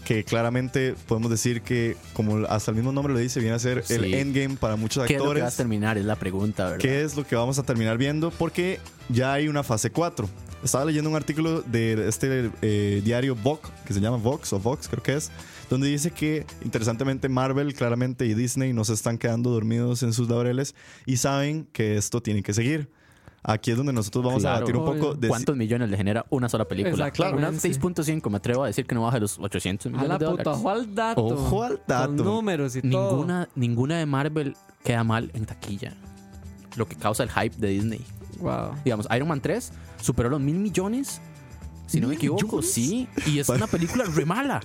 D: Que claramente podemos decir que, como hasta el mismo nombre lo dice, viene a ser el
E: Sí.
D: endgame para muchos
E: ¿Qué es lo que va a
D: actores.
E: terminar? Es la pregunta, ¿verdad?
D: ¿Qué es lo que vamos a terminar viendo? Porque ya hay una fase 4. Estaba leyendo un artículo de este eh, diario Vox, que se llama Vox o Vox, creo que es, donde dice que, interesantemente, Marvel claramente y Disney no se están quedando dormidos en sus laureles y saben que esto tiene que seguir. Aquí es donde nosotros vamos a
E: Claro.
D: debatir un poco
C: Obvio.
D: de.
E: ¿Cuántos millones le genera una sola película?
C: Exactamente.
E: Una 6.5, me atrevo a decir que no baja de los 800
C: A
E: millones
C: la
E: de
C: puta,
E: dólares.
C: ojo al dato.
D: Ojo al dato.
C: Con números y todo.
E: Ninguna, ninguna de Marvel queda mal en taquilla. Lo que causa el hype de Disney.
C: Wow.
E: Digamos, Iron Man 3 superó los mil millones. Si no me
D: ¿Mil
E: equivoco,
D: millones? Ah,
E: sí. Y es una película re mala.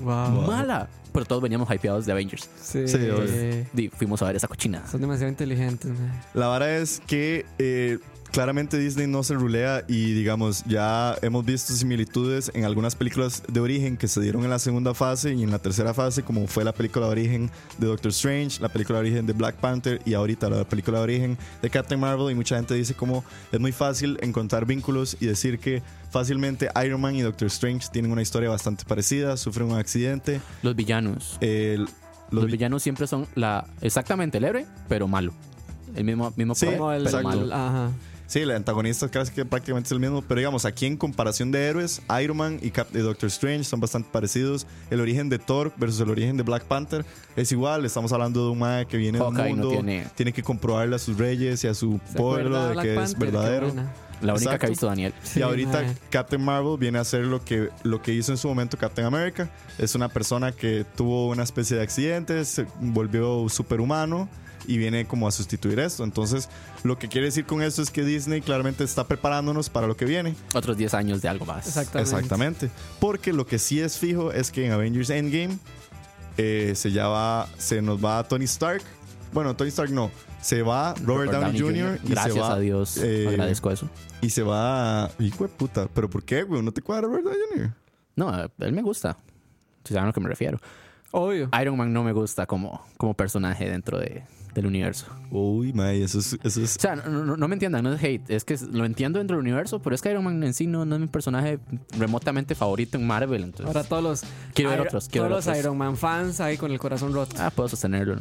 C: Wow.
E: Mala. Pero todos veníamos hypeados de Avengers.
C: Sí.
D: Sí,
C: Eh.
D: obvio.
E: Y fuimos a ver esa cochina.
C: Son demasiado inteligentes, man.
D: La vara es que eh, claramente Disney no se rulea y digamos, ya hemos visto similitudes en algunas películas de origen que se dieron en la segunda fase y en la tercera fase, como fue la película de origen de Doctor Strange, la película de origen de Black Panther y ahorita la película de origen de Captain Marvel y mucha gente dice como es muy fácil encontrar vínculos y decir que fácilmente Iron Man y Doctor Strange tienen una historia bastante parecida, sufren un accidente, eh,
E: Los villanos.
D: el-
E: Los,
D: vi-
E: villanos siempre son la exactamente el héroe, pero malo. El mismo, mismo
D: Sí,
E: papel,
C: Como el,
E: pero
D: exacto.
E: malo.
C: el- ajá.
D: Sí, el antagonista casi que prácticamente es el mismo, pero digamos, aquí en comparación de héroes, Iron Man y Cap- eh, Doctor Strange son bastante parecidos. El origen de Thor versus el origen de Black Panther es igual, estamos hablando de un mae que viene
E: Hawkeye
D: del
E: no
D: mundo, tiene...
E: tiene-
D: que comprobarle a sus reyes y a su
C: ¿Se
D: pueblo
C: acuerda
D: de
C: Black
D: que es
C: Panther? Qué
D: verdadero.
C: buena.
E: La única
D: Exacto.
E: que ha visto Daniel.
C: Sí,
D: y ahorita
C: mae.
D: Captain Marvel viene a hacer lo que, lo que hizo en su momento Captain America. Es una persona que tuvo una especie de accidente, se volvió superhumano y viene como a sustituir esto. Entonces, lo que quiere decir con esto es que Disney claramente está preparándonos para lo que viene.
E: Otros 10 años de algo más.
C: Exactamente.
D: Exactamente. Porque lo que sí es fijo es que en Avengers Endgame eh, se, ya va- se nos va Tony Stark. Bueno, Tony Stark no. Se va Robert, Downey, Jr. y
E: Gracias
D: se va,
E: a Dios.
D: eh,
E: agradezco eso.
D: y se va. Hijo de puta. ¿Pero por qué, güey? ¿No te cuadra, verdad, Junior?
E: No, eh, él me gusta. Si saben a lo que me refiero.
C: Obvio.
E: Iron Man no me gusta como, como personaje dentro de- del universo.
D: Uy, mae, eso es. Eso es
E: O sea, no, no- no me entiendan, no es hate. Es que lo entiendo dentro del universo, pero es que Iron Man en sí no, no es mi personaje remotamente favorito en Marvel. Entonces,
C: Ahora todos los.
E: Quiero ver
C: Iron-
E: otros, quiero
C: todos
E: ver
C: los
E: otros.
C: Iron Man fans ahí con el corazón roto.
E: ah, puedo sostenerlo. ¿no?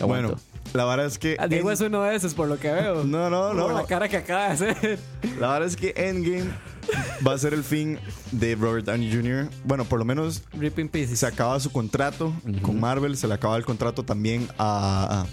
D: bueno,
E: Aguanto.
D: la verdad es que.
C: Ah, Diego
D: en-
C: es uno de esos, por lo que veo.
D: Eh, No, no,
C: Por
D: no.
C: la cara que acaba de hacer.
D: La verdad es que Endgame va a ser el fin de Robert Downey Jr. Bueno, por lo menos
C: Ripping Pieces.
D: se acaba su contrato con Marvel. Se le acaba el contrato también a,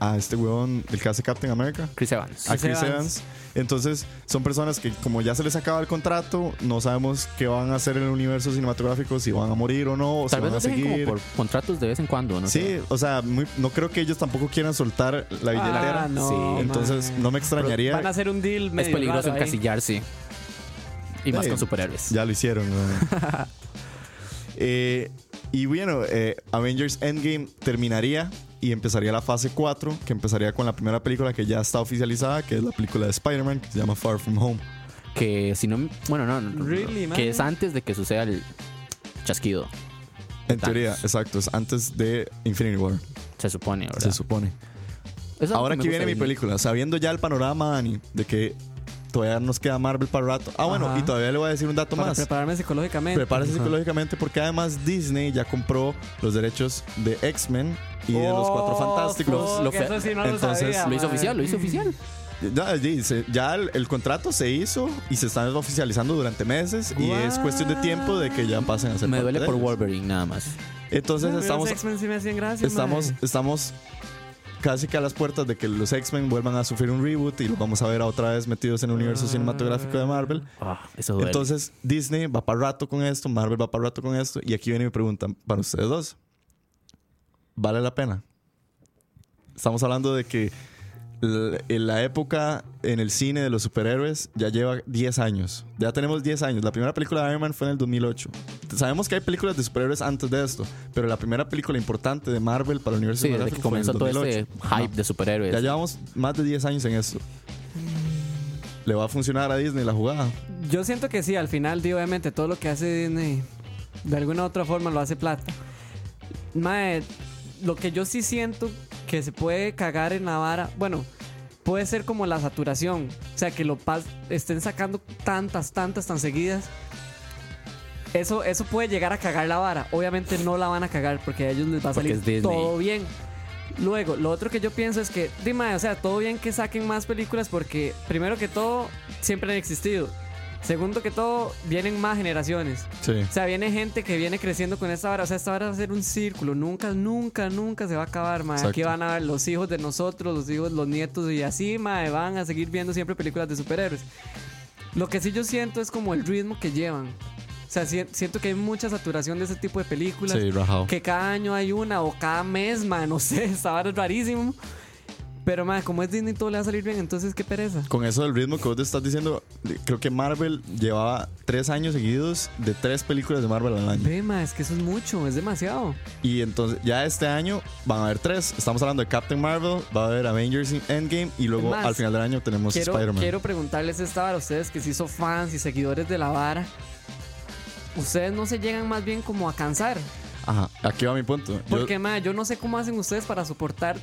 D: a, a este weón, el que hace Captain America.
E: Chris Evans.
D: a
C: Chris
D: Chris
C: Evans.
D: Evans. Entonces, son personas que como ya se les acaba el contrato, no sabemos qué van a hacer en el universo cinematográfico, si van a morir o no, o si
E: Tal
D: van
E: vez
D: a
E: lo dejen como
D: seguir.
E: por contratos de vez en cuando, ¿no?
D: Sí, o sea, muy- no creo que ellos tampoco quieran soltar la billetera.
C: Ah, no,
E: Sí.
C: mae.
D: Entonces, no me extrañaría.
C: Van a hacer un deal
E: Es
C: medio
E: peligroso
C: raro ahí.
E: encasillarse. Y más
D: Sí.
E: con superhéroes.
D: Ya lo hicieron. ¿no? Eh, y bueno, eh, Avengers Endgame terminaría y empezaría la fase 4, que empezaría con la primera película que ya está oficializada, que es la película de Spider-Man, que se llama Far From Home.
E: Que si no. Bueno, no. no, no,
C: Really, man.
E: que es antes de que suceda el chasquido,
D: En
E: Thanos.
D: teoría, exacto, es antes de Infinity War,
E: se supone, ¿verdad?
D: se supone.
E: Eso es algo
D: Ahora
E: me
D: que viene
E: gusta
D: mi
E: de Disney.
D: película, sabiendo ya el panorama, Dani, de que todavía nos queda Marvel para rato. Ah, bueno,
C: Ajá.
D: y todavía le voy a decir un dato
C: Para
D: más.
C: prepararme psicológicamente.
D: Prepárese
C: Ajá.
D: psicológicamente porque además Disney ya compró los derechos de X-Men y de los Cuatro
C: Oh,
D: Fantásticos.
C: fuck,
E: lo fe-
C: eso sí no lo
D: entonces,
C: sabía,
E: Lo hizo
C: mae.
E: oficial, lo hizo oficial.
D: Ya, sí, se- ya el, el contrato se hizo y se están oficializando durante meses y es cuestión de tiempo de que ya pasen a ser
E: Me
D: parte
E: duele
D: de
E: por
D: ellos.
E: Wolverine, nada más.
D: Entonces
C: Ay, los
D: estamos,
C: X-Men sí me hacían gracia,
D: estamos,
C: mae.
D: estamos casi que a las puertas de que los X-Men vuelvan a sufrir un reboot y los vamos a ver otra vez metidos en el universo cinematográfico de Marvel.
E: Ah, eso duele.
D: Entonces Disney va para rato con esto, Marvel va para rato con esto y aquí viene mi pregunta para ustedes dos. ¿Vale la pena? Estamos hablando de que l- en la época en el cine de los superhéroes ya lleva 10 años. Ya tenemos 10 años. La primera película de Iron Man fue en el 2008. Sabemos que hay películas de superhéroes antes de esto, pero la primera película importante de Marvel para el universo
E: Sí, desde que
D: cinematográfico fue en el
E: comenzó todo este
D: 2008.
E: hype de superhéroes.
D: Ya llevamos más de 10 años en esto. ¿Le va a funcionar a Disney la jugada?
C: Yo siento que sí, al final, di, obviamente, todo lo que hace Disney, de alguna u otra forma lo hace plata. Mae, lo que yo sí siento que se puede cagar en la vara, bueno, puede ser como la saturación. O sea, que lo pas- estén sacando tantas, tantas, tan seguidas. Eso, eso puede llegar a cagar la vara. Obviamente no la van a cagar porque a ellos les va a
E: Porque es
C: salir
E: Disney.
C: todo bien. Luego, lo otro que yo pienso es que, dime, o sea, todo bien que saquen más películas porque, primero que todo, siempre han existido. Segundo que todo, vienen más generaciones.
D: Sí.
C: O sea, viene gente que viene creciendo con esta vara. O sea, esta vara va a ser un círculo. Nunca, nunca, nunca se va a acabar, mae. Aquí
D: Exacto.
C: van a ver los hijos de nosotros, los hijos, los nietos y así, mae. Van a seguir viendo siempre películas de superhéroes. Lo que sí yo siento es como el ritmo que llevan. O sea, si- siento que hay mucha saturación de ese tipo de películas.
E: Sí, rajado.
C: Que cada año hay una o cada mes, mae. No sé, esta vara es rarísimo. Pero, mae, como es Disney, todo le va a salir bien. Entonces, qué pereza.
D: Con eso del ritmo que vos te estás diciendo, creo que Marvel llevaba tres años seguidos de tres películas de Marvel al año.
C: Ve, mae, es que eso es mucho, es demasiado.
D: Y entonces ya este año van a haber tres. Estamos hablando de Captain Marvel, va a haber Avengers Endgame y luego
C: Más,
D: al final del año tenemos
C: quiero,
D: Spider-Man.
C: quiero preguntarles esta vara a ustedes que sí son fans y seguidores de la vara. Ustedes no se llegan más bien como a cansar.
D: Ajá, aquí va mi punto. Yo-
C: Porque, ma, yo no sé cómo hacen ustedes para soportar
E: Yo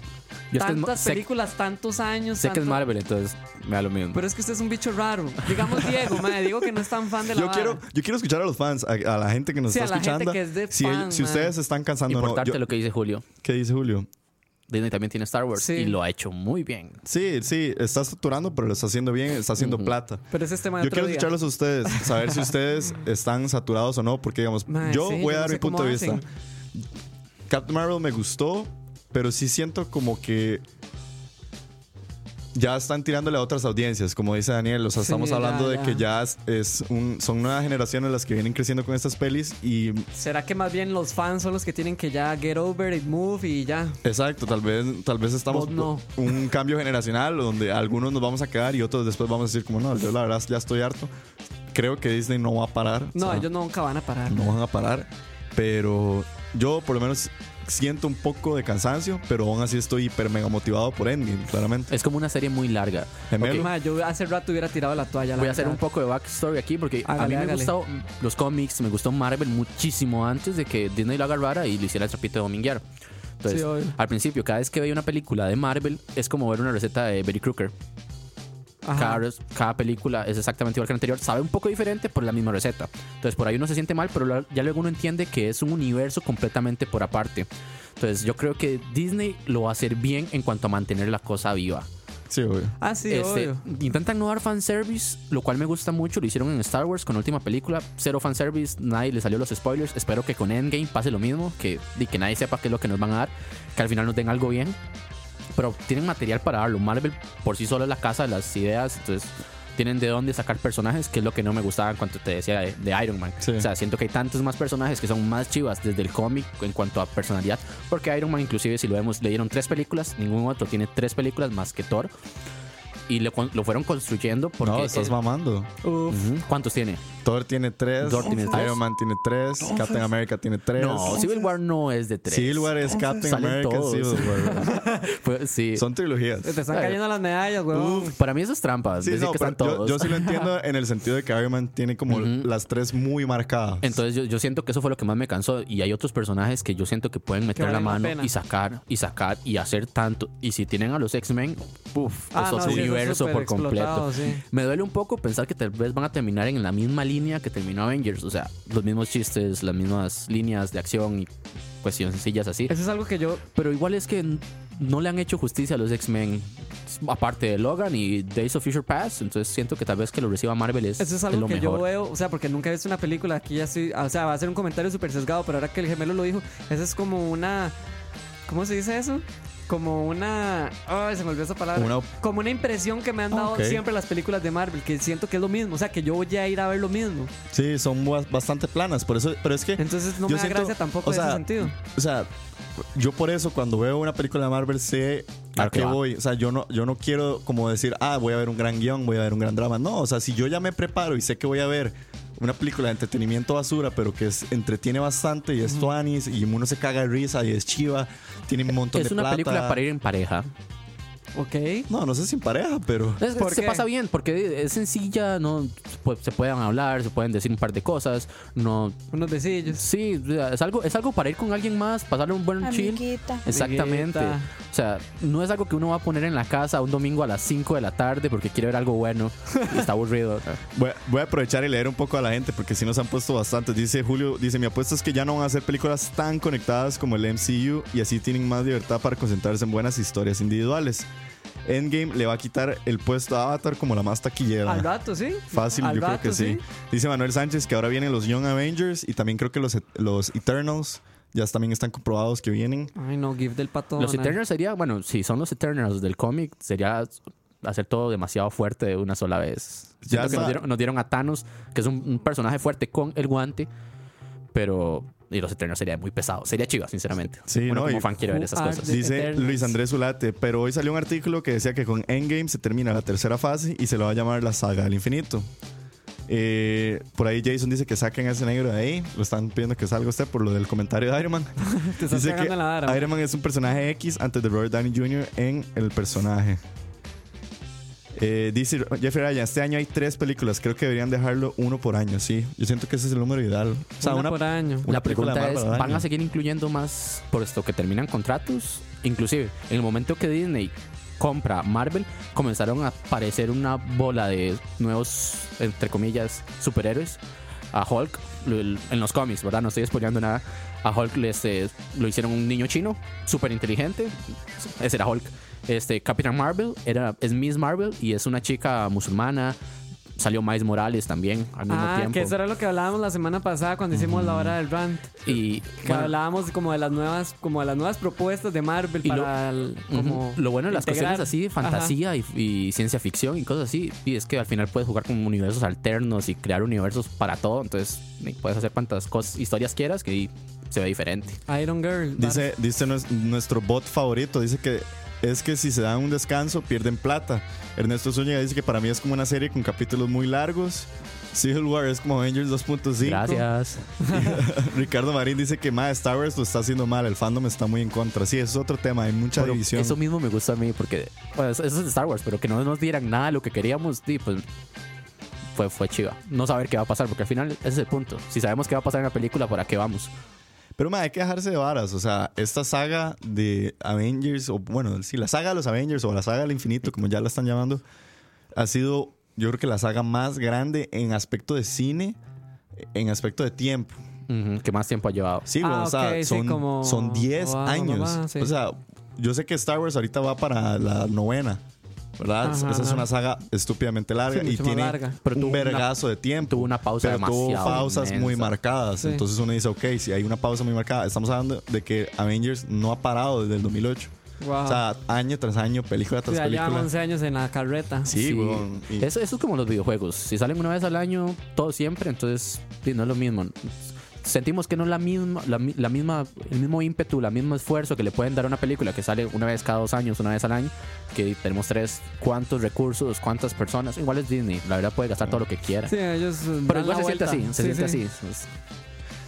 E: este es que es ma-
C: tantas
E: sé-
C: películas, tantos años.
E: Sé que es
C: tanto-
E: Marvel, entonces me da lo mismo.
C: Pero es que usted es un bicho raro. Digamos Diego, ma, Diego que no es tan fan de la
D: yo
C: vara.
D: quiero, yo quiero escuchar a los fans, a, a la gente que nos
C: Sí,
D: está
C: a la gente
D: escuchando.
C: que es de
D: si,
C: fan,
D: si
C: man.
D: ustedes están cansando, no.
E: Importante
D: Yo-
E: lo que dice Julio.
D: ¿Qué dice Julio?
E: Disney también tiene Star Wars
C: Sí.
E: y lo ha hecho muy bien.
D: Sí, sí, está saturando, pero lo está haciendo bien, está haciendo plata.
C: Pero ese es tema de
D: Yo
C: otro
D: quiero
C: día.
D: escucharlos a ustedes, saber si ustedes están saturados o no, porque digamos,
C: Mae,
D: yo
C: sí,
D: voy
C: yo
D: a
C: no
D: dar
C: sé
D: mi punto de
C: cómo
D: vista. Captain Marvel me gustó, pero sí siento como que ya están tirándole a otras audiencias, como dice Daniel. O sea,
C: Sí,
D: estamos
C: ya,
D: hablando de
C: ya.
D: que ya es, es un, son nuevas generaciones las que vienen creciendo con estas pelis y
C: ¿Será que más bien los fans son los que tienen que ya get over it, move y ya?
D: Exacto, tal vez, tal vez estamos
C: Vos no.
D: un cambio generacional donde algunos nos vamos a quedar y otros después vamos a decir como no, yo la verdad ya estoy harto. Creo que Disney no va a parar.
C: No,
D: o sea,
C: ellos nunca van a parar.
D: no van a parar. Pero yo por lo menos siento un poco de cansancio, pero aún así estoy hiper mega motivado por Endgame, claramente.
E: Es como una serie muy larga.
D: Gemelo.
C: Ma, yo hace rato hubiera tirado la toalla. la
E: Voy a hacer
C: verdad.
E: un poco de backstory aquí porque a
C: Hágale,
E: mí me
C: hágale.
E: gustó los cómics, me gustó Marvel muchísimo antes de que Disney lo agarrara y le hiciera el trapito de dominguear. Entonces,
C: Sí, obvio.
E: al principio, cada vez que veía una película de Marvel, es como ver una receta de Betty Crooker.
C: Ajá.
E: Cada, res- cada película es exactamente igual que la anterior, sabe un poco diferente, pero la misma receta. Entonces, por ahí uno se siente mal, pero la- ya luego uno entiende que es un universo completamente por aparte. Entonces, yo creo que Disney lo va a hacer bien en cuanto a mantener la cosa viva.
D: Sí, obvio.
C: Ah, sí,
E: Este,
C: obvio.
E: intentan no dar fanservice, lo cual me gusta mucho. Lo hicieron en Star Wars con la última película. Cero fanservice, nadie le salió los spoilers. Espero que con Endgame pase lo mismo, que, y que nadie sepa qué es lo que nos van a dar, que al final nos den algo bien. Pero tienen material para darlo. Marvel por sí solo es la casa de las ideas, entonces tienen de dónde sacar personajes, que es lo que no me gustaba en cuanto te decía de, de Iron Man.
D: Sí.
E: O sea, siento que hay tantos más personajes que son más chivas desde el cómic en cuanto a personalidad, porque Iron Man inclusive si lo vemos le dieron tres películas, ningún otro tiene tres películas más que Thor y lo, con- lo fueron construyendo porque
D: no, estás
E: eh,
D: mamando.
E: Ujú. ¿Cuántos tiene?
D: Thor tiene tres,
E: Thor tiene tres.
D: Iron Man tiene tres, Captain America tiene tres.
E: No, Civil War no es de tres.
D: Civil War es Captain
E: Salen
D: America,
E: todos.
D: Civil War.
E: Fue- sí.
D: Son trilogías.
C: Se te están cayendo las medallas, huevón.
E: Uf, para mí eso es trampa.
D: Sí,
E: decir
D: no,
E: que
D: pero
E: están
D: yo,
E: todos.
D: yo sí lo entiendo en el sentido de que Iron Man tiene como las tres muy marcadas.
E: Entonces yo, yo siento que eso fue lo que más me cansó y hay otros personajes que yo siento que pueden meter la
C: valen la
E: mano
C: pena.
E: y sacar y sacar y hacer tanto y si tienen a los X-Men, puff,
C: Ah,
E: es
C: no,
E: otro
C: sí, eso es
E: universo por
C: superexplotado,
E: completo.
C: sí.
E: Me duele un poco pensar que tal vez van a terminar en la misma línea que terminó Avengers, o sea, los mismos chistes, las mismas líneas de acción y cuestiones sencillas así.
C: Eso es algo que yo
E: Pero igual es que n- no le han hecho justicia a los X-Men. Aparte de Logan y Days of Future Past. Entonces siento que tal vez que lo reciba Marvel es,
C: Eso es
E: es
C: algo
E: lo
C: que
E: mejor.
C: yo veo, o sea, porque nunca he visto una película, aquí ya estoy, o sea, va a ser un comentario súper sesgado, pero ahora que el gemelo lo dijo, eso es como una, ¿cómo se dice eso? como una. Ay, se me olvidó esa palabra.
D: Una-
C: Como una impresión que me han dado
D: Ok.
C: siempre las películas de Marvel, que siento que es lo mismo. O sea, que yo voy a ir a ver lo mismo.
D: Sí, son bas- bastante planas, por eso, pero es que
C: Entonces no me
D: yo
C: da
D: siento-
C: gracia tampoco
D: o
C: en
D: sea,
C: ese sentido.
D: O sea, yo por eso cuando veo una película de Marvel sé
E: Claro
D: a
E: que
D: qué
E: va.
D: voy. O sea, yo no, yo no quiero como decir, ah, voy a ver un gran guión, voy a ver un gran drama. No, o sea, si yo ya me preparo y sé que voy a ver una película de entretenimiento basura, pero que es- entretiene bastante y es tuanis y uno se caga de risa y es chiva, tiene un montón
E: Es
D: de
E: una
D: plata.
E: película para ir en pareja.
C: Ok.
D: No, no sé sin pareja, pero...
E: Es-
C: ¿Por
E: se
C: qué?
E: pasa bien porque es sencilla, no pues, se pueden hablar, se pueden decir un par de cosas, no
C: Unos besillos.
E: sí, o sea, es algo es algo para ir con alguien más, pasarle un buen chill.
H: amiguita,
E: Exactamente.
C: Amiguita.
E: O sea, no es algo que uno va a poner en la casa un domingo a las 5 de la tarde porque quiere ver algo bueno y está aburrido.
D: Voy, voy a aprovechar y leer un poco a la gente porque sí nos han puesto bastante. Dice Julio, dice, mi apuesta es que ya no van a hacer películas tan conectadas como el MCU y así tienen más libertad para concentrarse en buenas historias individuales. Endgame le va a quitar el puesto a Avatar como la más taquillera.
C: Al rato, sí.
D: Fácil,
C: Al
D: yo creo
C: rato,
D: que sí. Dice Manuel Sánchez que ahora vienen los Young Avengers y también creo que los, los Eternals ya también están comprobados que vienen.
C: Ay, no, give del pato.
E: Los
C: Donald.
E: Eternals sería, bueno, si son los Eternals del cómic, sería hacer todo demasiado fuerte de una sola vez.
D: Ya
E: Siento que
D: está.
E: nos, dieron, nos dieron a Thanos, que es un, un personaje fuerte con el guante, pero... Y los Eternals sería muy pesado. Sería chiva, sinceramente.
D: Sí,
E: Uno
D: no,
E: como
D: y-
E: fan quiere ver esas
C: Who
E: cosas.
C: are the-
D: Dice
C: Eternals.
D: Luis Andrés Zulate, pero hoy salió un artículo que decía que con Endgame se termina la tercera fase y se lo va a llamar la saga del infinito. Eh, por ahí Jason dice que saquen a ese negro de ahí. Lo están pidiendo que salga usted por lo del comentario de Iron Man.
C: Te estás
D: Dice
C: cagando
D: que
C: en la vara.
D: Iron Man es un personaje X antes de Robert Downey Jr. en el personaje. Eh, dice Jeffrey Ryan, este año hay tres películas, creo que deberían dejarlo uno por año, sí. Yo siento que ese es el número ideal. O sea,
C: Una
D: una-
C: por año.
D: una
E: la
D: película
E: pregunta
D: de
E: es,
D: Marvel al
E: ¿van a
D: año.
E: seguir incluyendo más por esto que terminan contratos? Inclusive, en el momento que Disney compra Marvel, comenzaron a aparecer una bola de nuevos, entre comillas, superhéroes. A Hulk, lo- el- en los cómics, ¿verdad? No estoy spoileando nada. A Hulk les, eh, lo hicieron un niño chino, súper inteligente. Ese era Hulk. Este, Capitán Marvel era, es Miss Marvel y es una chica musulmana. Salió Miles Morales también al mismo
C: Ah,
E: tiempo.
C: que eso era lo que hablábamos la semana pasada cuando hicimos la hora del rant.
E: Y
C: Que
E: bueno,
C: hablábamos como de las nuevas, como de las nuevas propuestas de Marvel
E: Y lo-
C: para el- como
E: Ujú. Lo bueno de las
C: integrar.
E: cuestiones así de fantasía y, y ciencia ficción y cosas así, y es que al final puedes jugar con universos alternos y crear universos para todo, entonces y puedes hacer cuantas cosas, historias quieras que y se ve diferente.
C: Ajá. Iron Girl.
D: Dice, dice nues- nuestro bot favorito, dice que es que si se dan un descanso pierden plata. Ernesto Zúñiga dice que para mí es como una serie con capítulos muy largos. Civil War es como Avengers 2.5.
E: Gracias.
D: Ricardo Marín dice que más Star Wars lo está haciendo mal, el fandom está muy en contra. Sí, eso es otro tema, hay mucha
E: Pero
D: división.
E: eso mismo me gusta a mí porque bueno, eso, eso es de Star Wars, pero que no nos dieran nada de lo que queríamos, y pues fue, fue chiva. No saber qué va a pasar, porque al final ese es el punto. Si sabemos qué va a pasar en la película, ¿para qué vamos?
D: Pero ma, hay que dejarse de varas, o sea, esta saga de Avengers, o bueno, sí, la saga de los Avengers o la saga del infinito, como ya la están llamando, ha sido, yo creo que la saga más grande en aspecto de cine, en aspecto de tiempo.
E: Ujú, ¿Qué más tiempo ha llevado?
D: Sí,
C: Ah,
D: bueno, o sea,
C: ok, sí,
D: son,
C: como-
D: son 10
C: wow,
D: años.
C: mamá, sí.
D: O sea, yo sé que Star Wars ahorita va para la novena, ¿verdad?
C: Ajá,
D: Esa es
C: ajá.
D: una saga estúpidamente larga
C: Sí,
D: y
C: mucho más
D: tiene
C: larga.
E: Pero tuvo
D: un
E: una-
D: vergazo de tiempo.
E: tuvo una pausa
D: Pero tuvo
E: demasiado
D: pausas muy
E: inmensa.
D: marcadas.
C: Sí.
D: Entonces uno dice, ok, si hay una pausa muy marcada, estamos hablando de que Avengers no ha parado desde el 2008.
C: Wow.
D: O sea, año tras año, película tras
C: ya llevan
D: película.
C: 11 años en la carreta.
D: Sí, weón, y-
E: Eso, eso es como los videojuegos. Si salen una vez al año, todo siempre, entonces sí, no es lo mismo. Sentimos que no es la misma, la, mi- la misma, el mismo ímpetu, el mismo esfuerzo que le pueden dar a una película que sale una vez cada dos años, una vez al año, que tenemos tres, cuántos recursos, cuántas personas. Igual es Disney, la verdad puede gastar todo lo que quiera.
C: Sí, ellos.
E: Pero igual se siente así, se siente así. Es-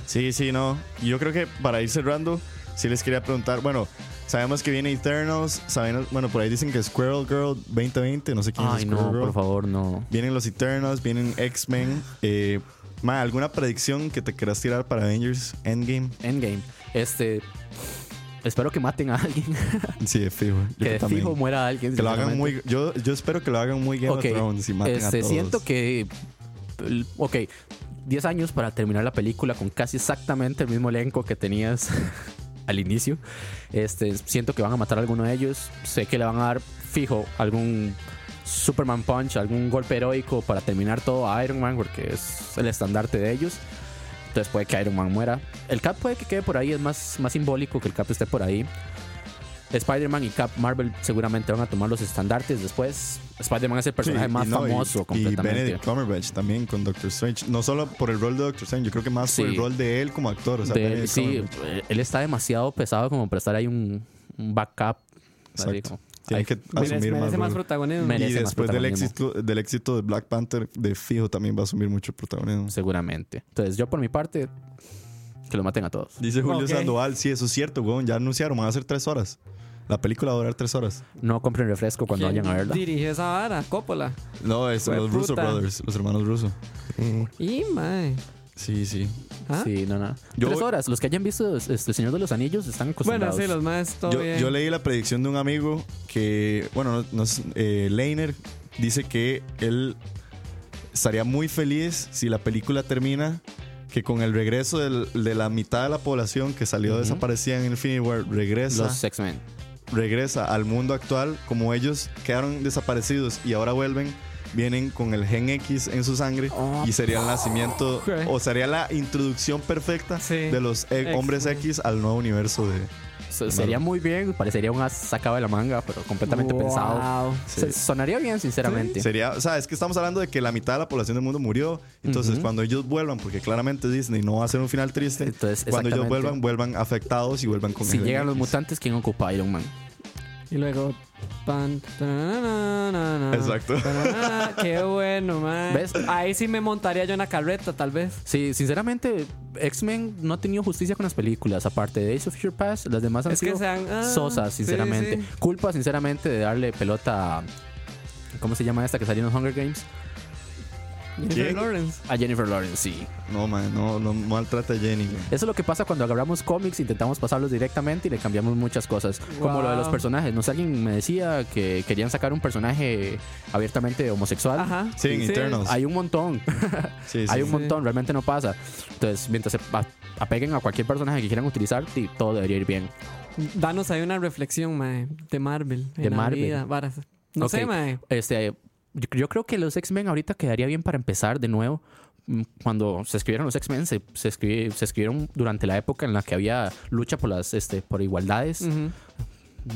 D: Sí, sí, no. Yo creo que para ir cerrando, sí les quería preguntar, bueno, sabemos que viene Eternals, sabemos, bueno, por ahí dicen que Squirrel Girl 2020, no sé quién es
E: Ay,
D: Squirrel
E: no,
D: Girl.
E: por favor, no.
D: Vienen los Eternals, vienen X-Men. Eh, ma, ¿alguna predicción que te quieras tirar para Avengers Endgame?
E: Endgame. Este. Espero que maten a alguien.
D: Sí, de fijo. Yo
E: que de
D: también.
E: fijo muera alguien.
D: Que lo hagan
E: sinceramente.
D: muy. Yo, yo espero que lo hagan muy Game
E: Ok,
D: of Thrones y maten a
E: este,
D: todos.
E: Siento que. el- Ok, 10 años para terminar la película con casi exactamente el mismo elenco que tenías al inicio. Este, siento que van a matar a alguno de ellos. Sé que le van a dar fijo algún Superman Punch, algún golpe heroico para terminar todo a Iron Man, porque es el estandarte de ellos. Entonces puede que Iron Man muera. El Cap puede que quede por ahí, es más, más simbólico que el Cap esté por ahí. Spider-Man y Cap Marvel seguramente van a tomar los estandartes después. Spider-Man es el personaje
D: Sí, y
E: más
D: no, y-
E: famoso
D: Y
E: completamente.
D: Benedict Cumberbatch también con Doctor Strange. No solo por el rol de Doctor Strange, yo creo que más por
E: Sí.
D: el rol de él como actor. O sea,
E: De-
D: Benedict
E: sí,
D: Cumberbatch.
E: él está demasiado pesado como para estar ahí un, un backup. así
D: Exacto.
E: como-
D: Tiene
E: Ay,
D: que
C: Merece,
D: asumir más.
C: merece más
D: rol.
C: protagonismo.
E: Mere-
D: y
E: Merece más
D: después del
E: protagonismo.
D: éxito, del éxito de Black Panther, de fijo también va a asumir mucho protagonismo.
E: seguramente. Entonces, yo por mi parte, que lo maten a todos.
D: Dice Julio
C: Ok.
D: Sandoval, sí, eso es cierto, weón. Ya anunciaron, van a ser tres horas. La película va a durar tres horas.
E: No compren refresco cuando
C: ¿Quién
E: vayan a verla.
C: Dirigió esa vara, Coppola.
D: No, es
C: Fue
D: los Russo
C: puta.
D: Brothers, los hermanos Russo.
C: Y, mae.
D: Sí, sí.
C: ¿Ah?
E: Sí, no, no.
D: Yo-
E: Tres horas. Los que hayan visto este El Señor de los Anillos están
C: Bueno,
E: acostumbrados.
C: sí, los maes, todo
D: Yo,
C: bien.
D: yo leí la predicción de un amigo que, bueno, no, no es- eh, Leiner dice que él estaría muy feliz si la película termina que con el regreso del- de la mitad de la población que salió
E: Ujú.
D: desaparecida en Infinity War regresa,
E: Los X-Men.
D: regresa al mundo actual como ellos quedaron desaparecidos y ahora vuelven vienen con el gen X en su sangre y sería el nacimiento
C: Ok.
D: o sería la introducción perfecta
C: Sí.
D: de los eh,
C: X-Men.
D: hombres X al nuevo universo de
E: Se- Sería muy bien, parecería un as sacado de la manga, pero completamente
C: Wow.
E: pensado.
D: Sí.
E: Se- Sonaría bien, sinceramente.
D: Sería, o sea, es que estamos hablando de que la mitad de la población del mundo murió. Entonces, cuando ellos vuelvan, porque claramente Disney no va a ser un final triste,
E: Entonces,
D: cuando ellos
E: exactamente.
D: vuelvan, vuelvan afectados y vuelvan con
E: Si
D: el
E: llegan los
D: X.
E: mutantes, ¿quién ocupa a Iron Man?
C: Y luego. Pan, tananana,
D: Exacto.
C: tananana. ah, Qué bueno, mae.
E: ¿Ves?
C: Ahí sí me montaría yo una carreta, tal vez.
E: Sí, sinceramente, X-Men no ha tenido justicia con las películas. Aparte de Days of Future Past, las demás han
C: Es que
E: sido
C: se han- ah,
E: sosas,
C: sí,
E: sinceramente.
C: sí.
E: Culpa, sinceramente, de darle pelota a... ¿Cómo se llama esta que salió en los Hunger Games?
C: Jennifer Lawrence.
E: A Jennifer Lawrence, sí.
D: No, man, no, no maltrata a Jenny. güey.
E: Eso es lo que pasa cuando agarramos cómics, intentamos pasarlos directamente y le cambiamos muchas cosas. Como
C: Wow.
E: lo de los personajes. No sé, alguien me decía que querían sacar un personaje abiertamente homosexual.
C: Ajá.
D: Sí, en Eternals.
E: Hay un montón.
D: Sí, sí.
E: Hay un
C: sí.
E: montón, realmente no pasa. Entonces, mientras se a- apeguen a cualquier personaje que quieran utilizar, sí, todo debería ir bien.
C: Danos ahí una reflexión, mae, de Marvel.
E: De
C: en la
E: Marvel.
C: vida, varas. No
E: Ok.
C: sé, mae.
E: Este, yo, yo creo que los X-Men ahorita quedaría bien para empezar de nuevo. Mm, Cuando se escribieron los X-Men, se, se, escribi- se escribieron durante la época en la que había lucha por las este, por igualdades
C: Ujú.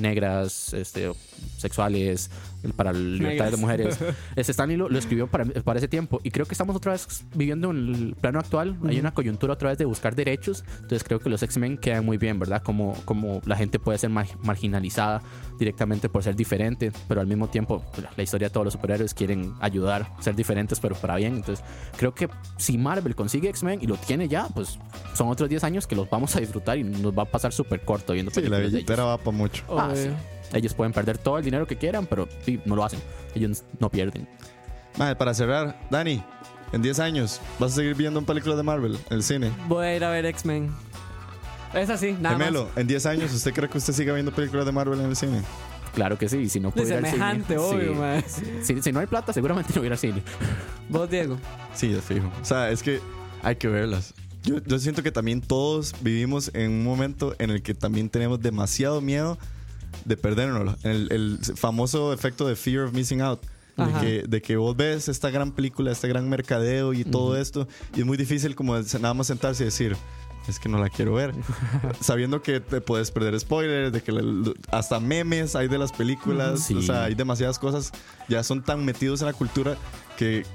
E: negras, este, sexuales, para libertades de mujeres. Este Stanley lo, lo escribió para, para ese tiempo. Y creo que estamos otra vez viviendo en el plano actual. Hay una coyuntura otra vez de buscar derechos. Entonces creo que los X-Men quedan muy bien, ¿verdad? Como, como la gente puede ser mar- marginalizada directamente por ser diferente, pero al mismo tiempo la, la historia de todos los superhéroes quieren ayudar, ser diferentes, pero para bien. Entonces creo que si Marvel consigue X-Men y lo tiene ya, pues son otros 10 años que los vamos a disfrutar y nos va a pasar súper corto viendo
D: Sí, la
E: películas de ellos.
D: billetera va para mucho.
E: Ah,
C: Obvio.
E: sí. Ellos pueden perder todo el dinero que quieran, pero sí, no lo hacen. Ellos no pierden.
D: Madre, para cerrar, Dani, en 10 años, ¿vas a seguir viendo películas de Marvel en el cine?
C: Voy a ir a ver X-Men. Es así, nada
D: Gemelo,
C: más.
D: en 10 años, ¿usted cree que usted siga viendo películas de Marvel en el cine?
E: Claro que sí, si no
C: De
E: pudiera ir al cine-
C: semejante, obvio,
E: sí.
C: mae.
E: Si, si no hay plata, seguramente no hubiera cine.
C: Vos, Diego.
D: Sí, de fijo. O sea, es que hay que verlas. Yo, yo siento que también todos vivimos en un momento en el que también tenemos demasiado miedo de perdernos. El, el famoso efecto de fear of missing out. De
C: Ajá.
D: que, de que vos ves esta gran película, este gran mercadeo y todo esto. Y es muy difícil como nada más sentarse y decir, es que no la quiero ver. Sabiendo que te puedes perder spoilers, de que la- hasta memes hay de las películas.
E: Sí.
D: O sea, hay demasiadas cosas. Ya son tan metidos en la cultura que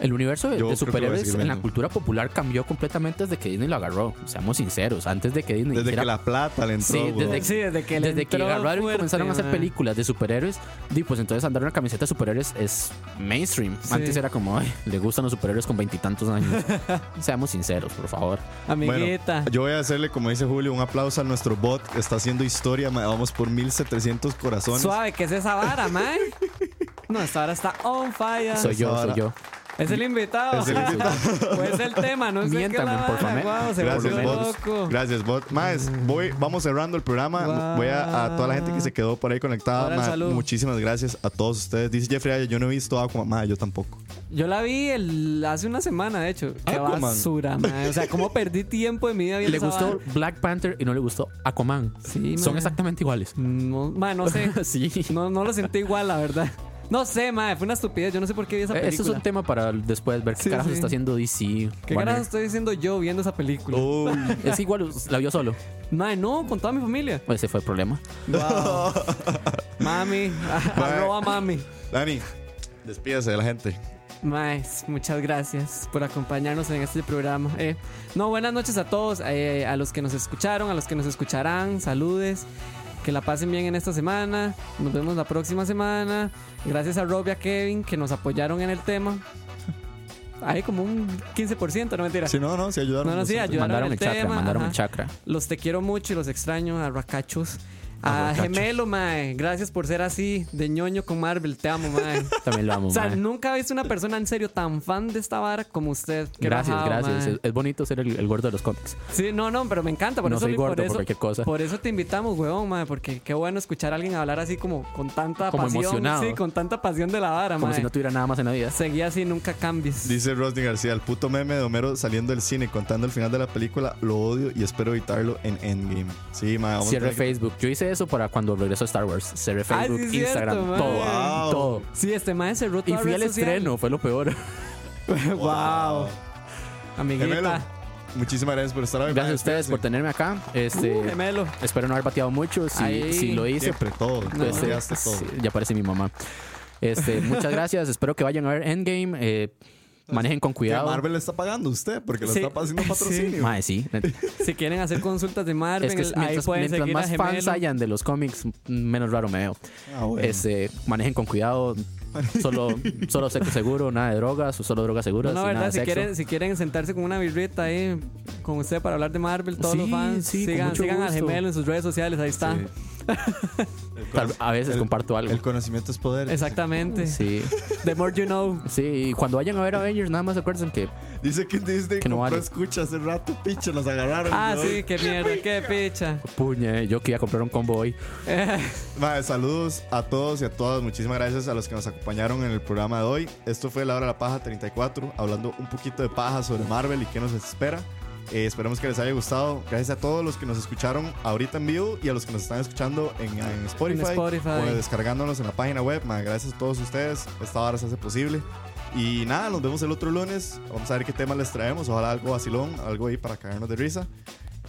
E: El universo de,
D: Yo creo que lo voy
E: de
D: a
E: superhéroes
D: seguir
E: en la
D: viendo.
E: cultura popular cambió completamente desde que Disney lo agarró. Seamos sinceros, antes de que Disney.
D: desde
E: hiciera-
D: que la plata le entró.
E: Sí,
D: weón.
E: desde,
C: Sí, desde que le
E: desde que
C: entró
E: agarraron y
C: fuerte,
E: comenzaron a hacer
C: mae.
E: películas de superhéroes, di, pues entonces andar una camiseta de superhéroes es mainstream.
C: Sí.
E: Antes era como, ay, le gustan los superhéroes con veintitantos años. Seamos sinceros, por favor.
C: Amiguita.
D: Bueno, yo voy a hacerle, como dice Julio, un aplauso a nuestro bot. Está haciendo historia. ma- Vamos por 1700 corazones.
C: Suave, ¿qué es esa vara, mae? No, esta vara está on fire.
E: Soy yo,
D: Ahora-
E: soy yo.
C: Es el invitado.
D: Es el
C: o es el tema, no sé
E: Miéntame,
C: qué es la
E: por
C: vara.
E: favor.
C: Guau, se
D: Gracias,
C: volvió
D: bot.
C: loco.
D: Gracias, bot. Más, voy, vamos cerrando el programa.
C: Guau.
D: Voy a, a toda la gente que se quedó por ahí conectada.
C: Ahora el
D: ma,
C: saludo.
D: muchísimas gracias a todos ustedes. Dice Jeffrey, Aya, yo no he visto Aquaman. Ma, yo tampoco.
C: Yo la vi el- hace una semana, de hecho. Qué
D: Aquaman.
C: basura, mae. O sea, cómo perdí tiempo de mi vida viendo
E: Le
C: esa
E: gustó
C: vara.
E: Black Panther y no le gustó Aquaman.
C: Sí,
E: Son
C: mae.
E: exactamente iguales.
C: No, mae, no sé.
E: Sí.
C: No, no lo sentí igual, la verdad. No sé, mae, fue una estupidez. Yo no sé por qué vi esa
E: Eh,
C: película.
E: Eso es un tema para después ver qué
C: Sí,
E: carajo
C: sí.
E: está haciendo DC.
C: ¿Qué
E: Warner.
C: carajo estoy diciendo yo viendo esa película?
E: Oh. Es igual, la vio solo.
C: Mae, no, con toda mi familia.
E: Ese fue el problema.
C: Mami, arroba mami.
D: Dani, despídase de la gente.
C: Maes, muchas gracias por acompañarnos en este programa. eh. no, buenas noches a todos, eh, a los que nos escucharon, a los que nos escucharán, saludes, que la pasen bien en esta semana, nos vemos la próxima semana. Gracias a Rob y a Kevin que nos apoyaron en el tema. Hay como un 15%, no mentira.
D: Si no, no, si ayudaron.
C: No, no, sí,
D: nosotros.
C: ayudaron
E: mandaron
C: en
E: el
C: el
E: chakra,
C: tema,
E: mandaron
C: ajá.
E: el chakra.
C: Los te quiero mucho y los extraño a Racachos. A,
E: Racachos.
C: Gemelo, mae. Gracias por ser así, de ñoño con Marvel. Te amo, mae.
E: También lo amo.
C: O sea,
E: mae.
C: nunca he visto una persona en serio tan fan de esta vara como usted. Qué Ah,
E: Gracias,
C: rajado,
E: gracias.
C: mae.
E: Es, es bonito ser el, el gordo de los cómics.
C: Sí, no, no, pero me encanta. Por
E: No
C: eso,
E: soy
C: por
E: gordo, por
C: eso,
E: cualquier cosa.
C: Por eso te invitamos, weón, madre, porque qué bueno escuchar a alguien hablar así como con tanta
E: Como
C: pasión.
E: emocionado.
C: Sí, con tanta pasión de la vara,
E: Como
C: madre.
E: si no tuviera nada más en la vida.
C: Seguí así, nunca cambies.
D: Dice Rodney García, el puto meme de Homero saliendo del cine contando el final de la película, lo odio y espero evitarlo en Endgame. Sí, ma, vamos a
E: Cierre
D: tener que-
E: Facebook. Yo hice eso para cuando regresó Star Wars. Cierre
C: Ah, sí,
E: Facebook,
C: es cierto,
E: Instagram,
C: mae.
E: todo.
D: Wow.
E: Todo.
C: Sí, este mae cerró
E: Y
C: toda
E: fui
C: red
E: al
C: social.
E: estreno, fue lo peor.
C: Wow.
D: Gemelo,
C: Amiguita. Uh,
D: muchísimas gracias por estar hoy.
E: Gracias
D: ma,
E: a ustedes por
D: despídase.
E: tenerme acá. Este,
C: Uh, gemelo.
E: espero no haber bateado mucho. Si,
C: Ahí.
E: si lo hice,
D: Siempre todo.
E: Pues,
D: todo,
E: eh,
D: hace todo.
E: sí, ya parece mi mamá. Este, muchas gracias. Espero que vayan a ver Endgame. eh, manejen con
D: Que
E: cuidado.
D: Marvel le está pagando a usted porque
C: Sí.
D: le está haciendo patrocinio.
E: Mae, sí.
C: Si quieren hacer consultas de Marvel,
E: Es que
C: ahí
E: mientras,
C: pueden
E: mientras
C: seguir
E: más
C: a
E: fans
C: Gemelo.
E: hayan de los cómics, menos raro me veo.
D: Ah, bueno.
E: Este, manejen con cuidado. Solo, solo sexo seguro, nada de drogas, o solo drogas seguras.
C: No, no,
E: y
C: verdad,
E: nada de
C: si
E: sexo.
C: quieren, si quieren sentarse con una birrita ahí con usted para hablar de Marvel, todos
E: Sí,
C: los fans,
E: sí, con
C: sigan,
E: mucho
C: sigan al
E: gusto.
C: gemelo en sus redes sociales, ahí está.
E: Tal- a veces comparto algo.
D: El conocimiento es poder.
C: Exactamente.
E: Sí,
C: The more you know.
E: sí. Y cuando vayan a ver Avengers, nada más acuérdense que
D: Dice que Disney
E: Que no
D: compró
E: vale.
D: escucha hace rato, pinche, nos agarraron.
C: Ah,
D: ¿no?
C: sí, qué mierda, qué picha.
E: puñe, yo que iba a comprar un combo hoy.
D: Mae, saludos a todos y a todas. Muchísimas gracias a los que nos acompañaron en el programa de hoy. Esto fue La Hora de la Paja 34, hablando un poquito de paja sobre Marvel y qué nos espera. Eh, esperemos que les haya gustado. Gracias a todos los que nos escucharon ahorita en vivo y a los que nos están escuchando en, en Spotify,
C: En Spotify.
D: o descargándonos en la página web. Mae, gracias a todos ustedes. Esta hora se hace posible. Y nada, nos vemos el otro lunes. Vamos a ver qué temas les traemos. Ojalá algo vacilón, algo ahí para caernos de risa.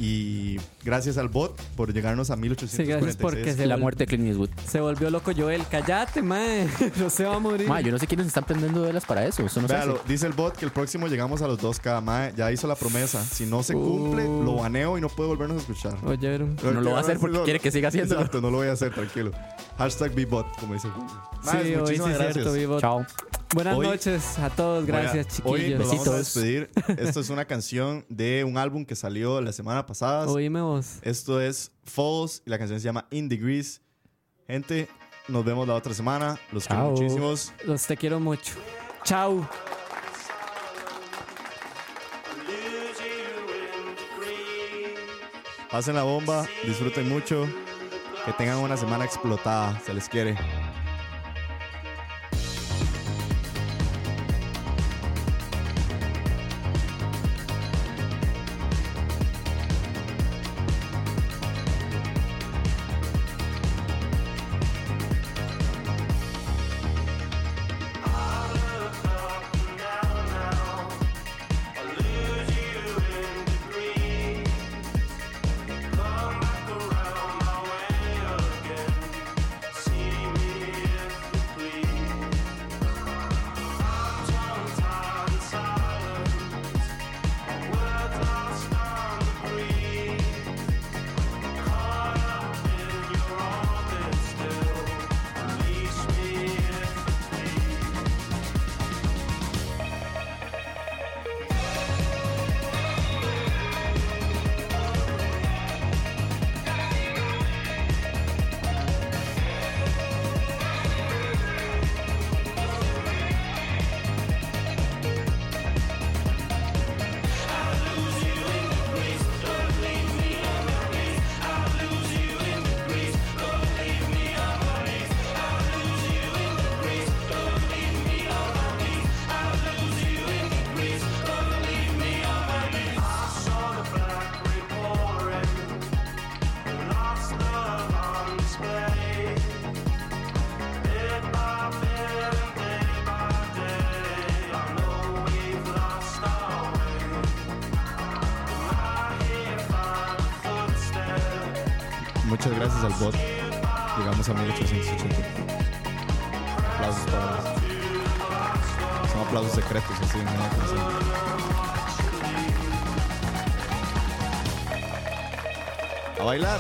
D: Y gracias al bot por llegarnos a 1846.
C: Sí, gracias porque se,
E: La
C: vol-
E: muerte de Clint Eastwood.
C: se volvió loco Joel. Cállate, mae. No se va a morir.
E: Ma, yo no sé quiénes están prendiendo velas para eso. Eso no se
D: Véalo,
E: hace.
D: dice el bot que el próximo llegamos a los 2K. Mae, ya hizo la promesa. Si no se cumple, lo baneo y no puede volvernos a escuchar.
C: Oyeron.
E: Uh. No lo va a hacer porque quiere que siga haciéndolo.
D: Exacto, no lo voy a hacer, tranquilo. Hashtag BeBot, como dice. Mae,
C: sí, hoy sí
D: muchísimas
C: es
D: gracias.
C: cierto, vivo.
E: Chao.
C: Buenas
D: Hoy-
C: noches a todos, gracias,
D: Hoy
C: chiquillos.
D: nos vamos a
E: Besitos.
D: despedir. Esto es una canción de un álbum que salió la semana pasada.
C: Oíme vos.
D: Esto es Falls y la canción se llama In Degrees. Gente, nos vemos la otra semana. Los quiero
E: Chao.
D: muchísimos.
C: Los te quiero mucho. Chao.
D: Pasen la bomba, disfruten mucho. Que tengan una semana explotada. Se les quiere.
A: See me
D: Muchas gracias al bot. Llegamos a 1880. Aplausos para. Son aplausos secretos, así, nada que hacer. A bailar.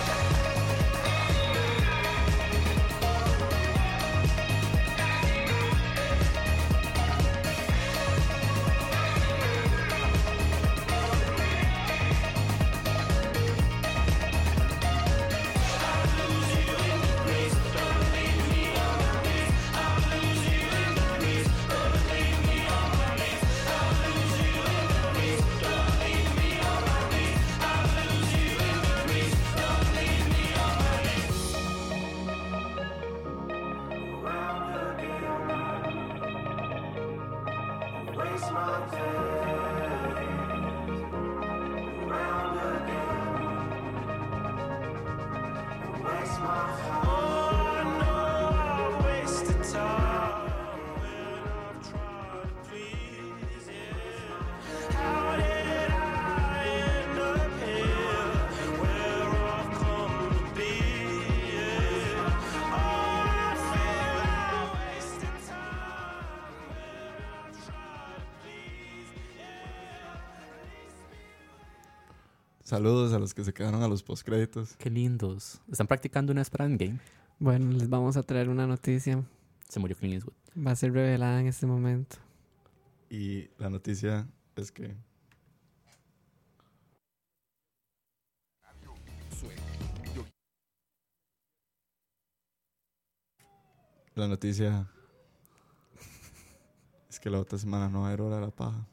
D: Saludos a los que se quedaron a los postcréditos.
E: Qué lindos. Están practicando una Esperanza Game.
C: Bueno, les vamos a traer una noticia.
E: Se murió Clint Eastwood.
C: Va a ser revelada en este momento.
D: Y la noticia es que. La noticia es que la otra semana no va a haber hora de la paja.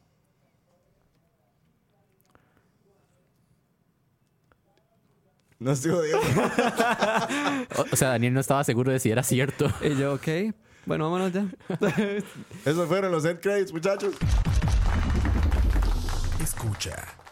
D: No estoy jodiendo.
E: O, o sea, Daniel no estaba seguro de si era cierto.
C: Y yo, ok. Bueno, vámonos ya.
D: Esos fueron los end credits, muchachos.
F: Escucha.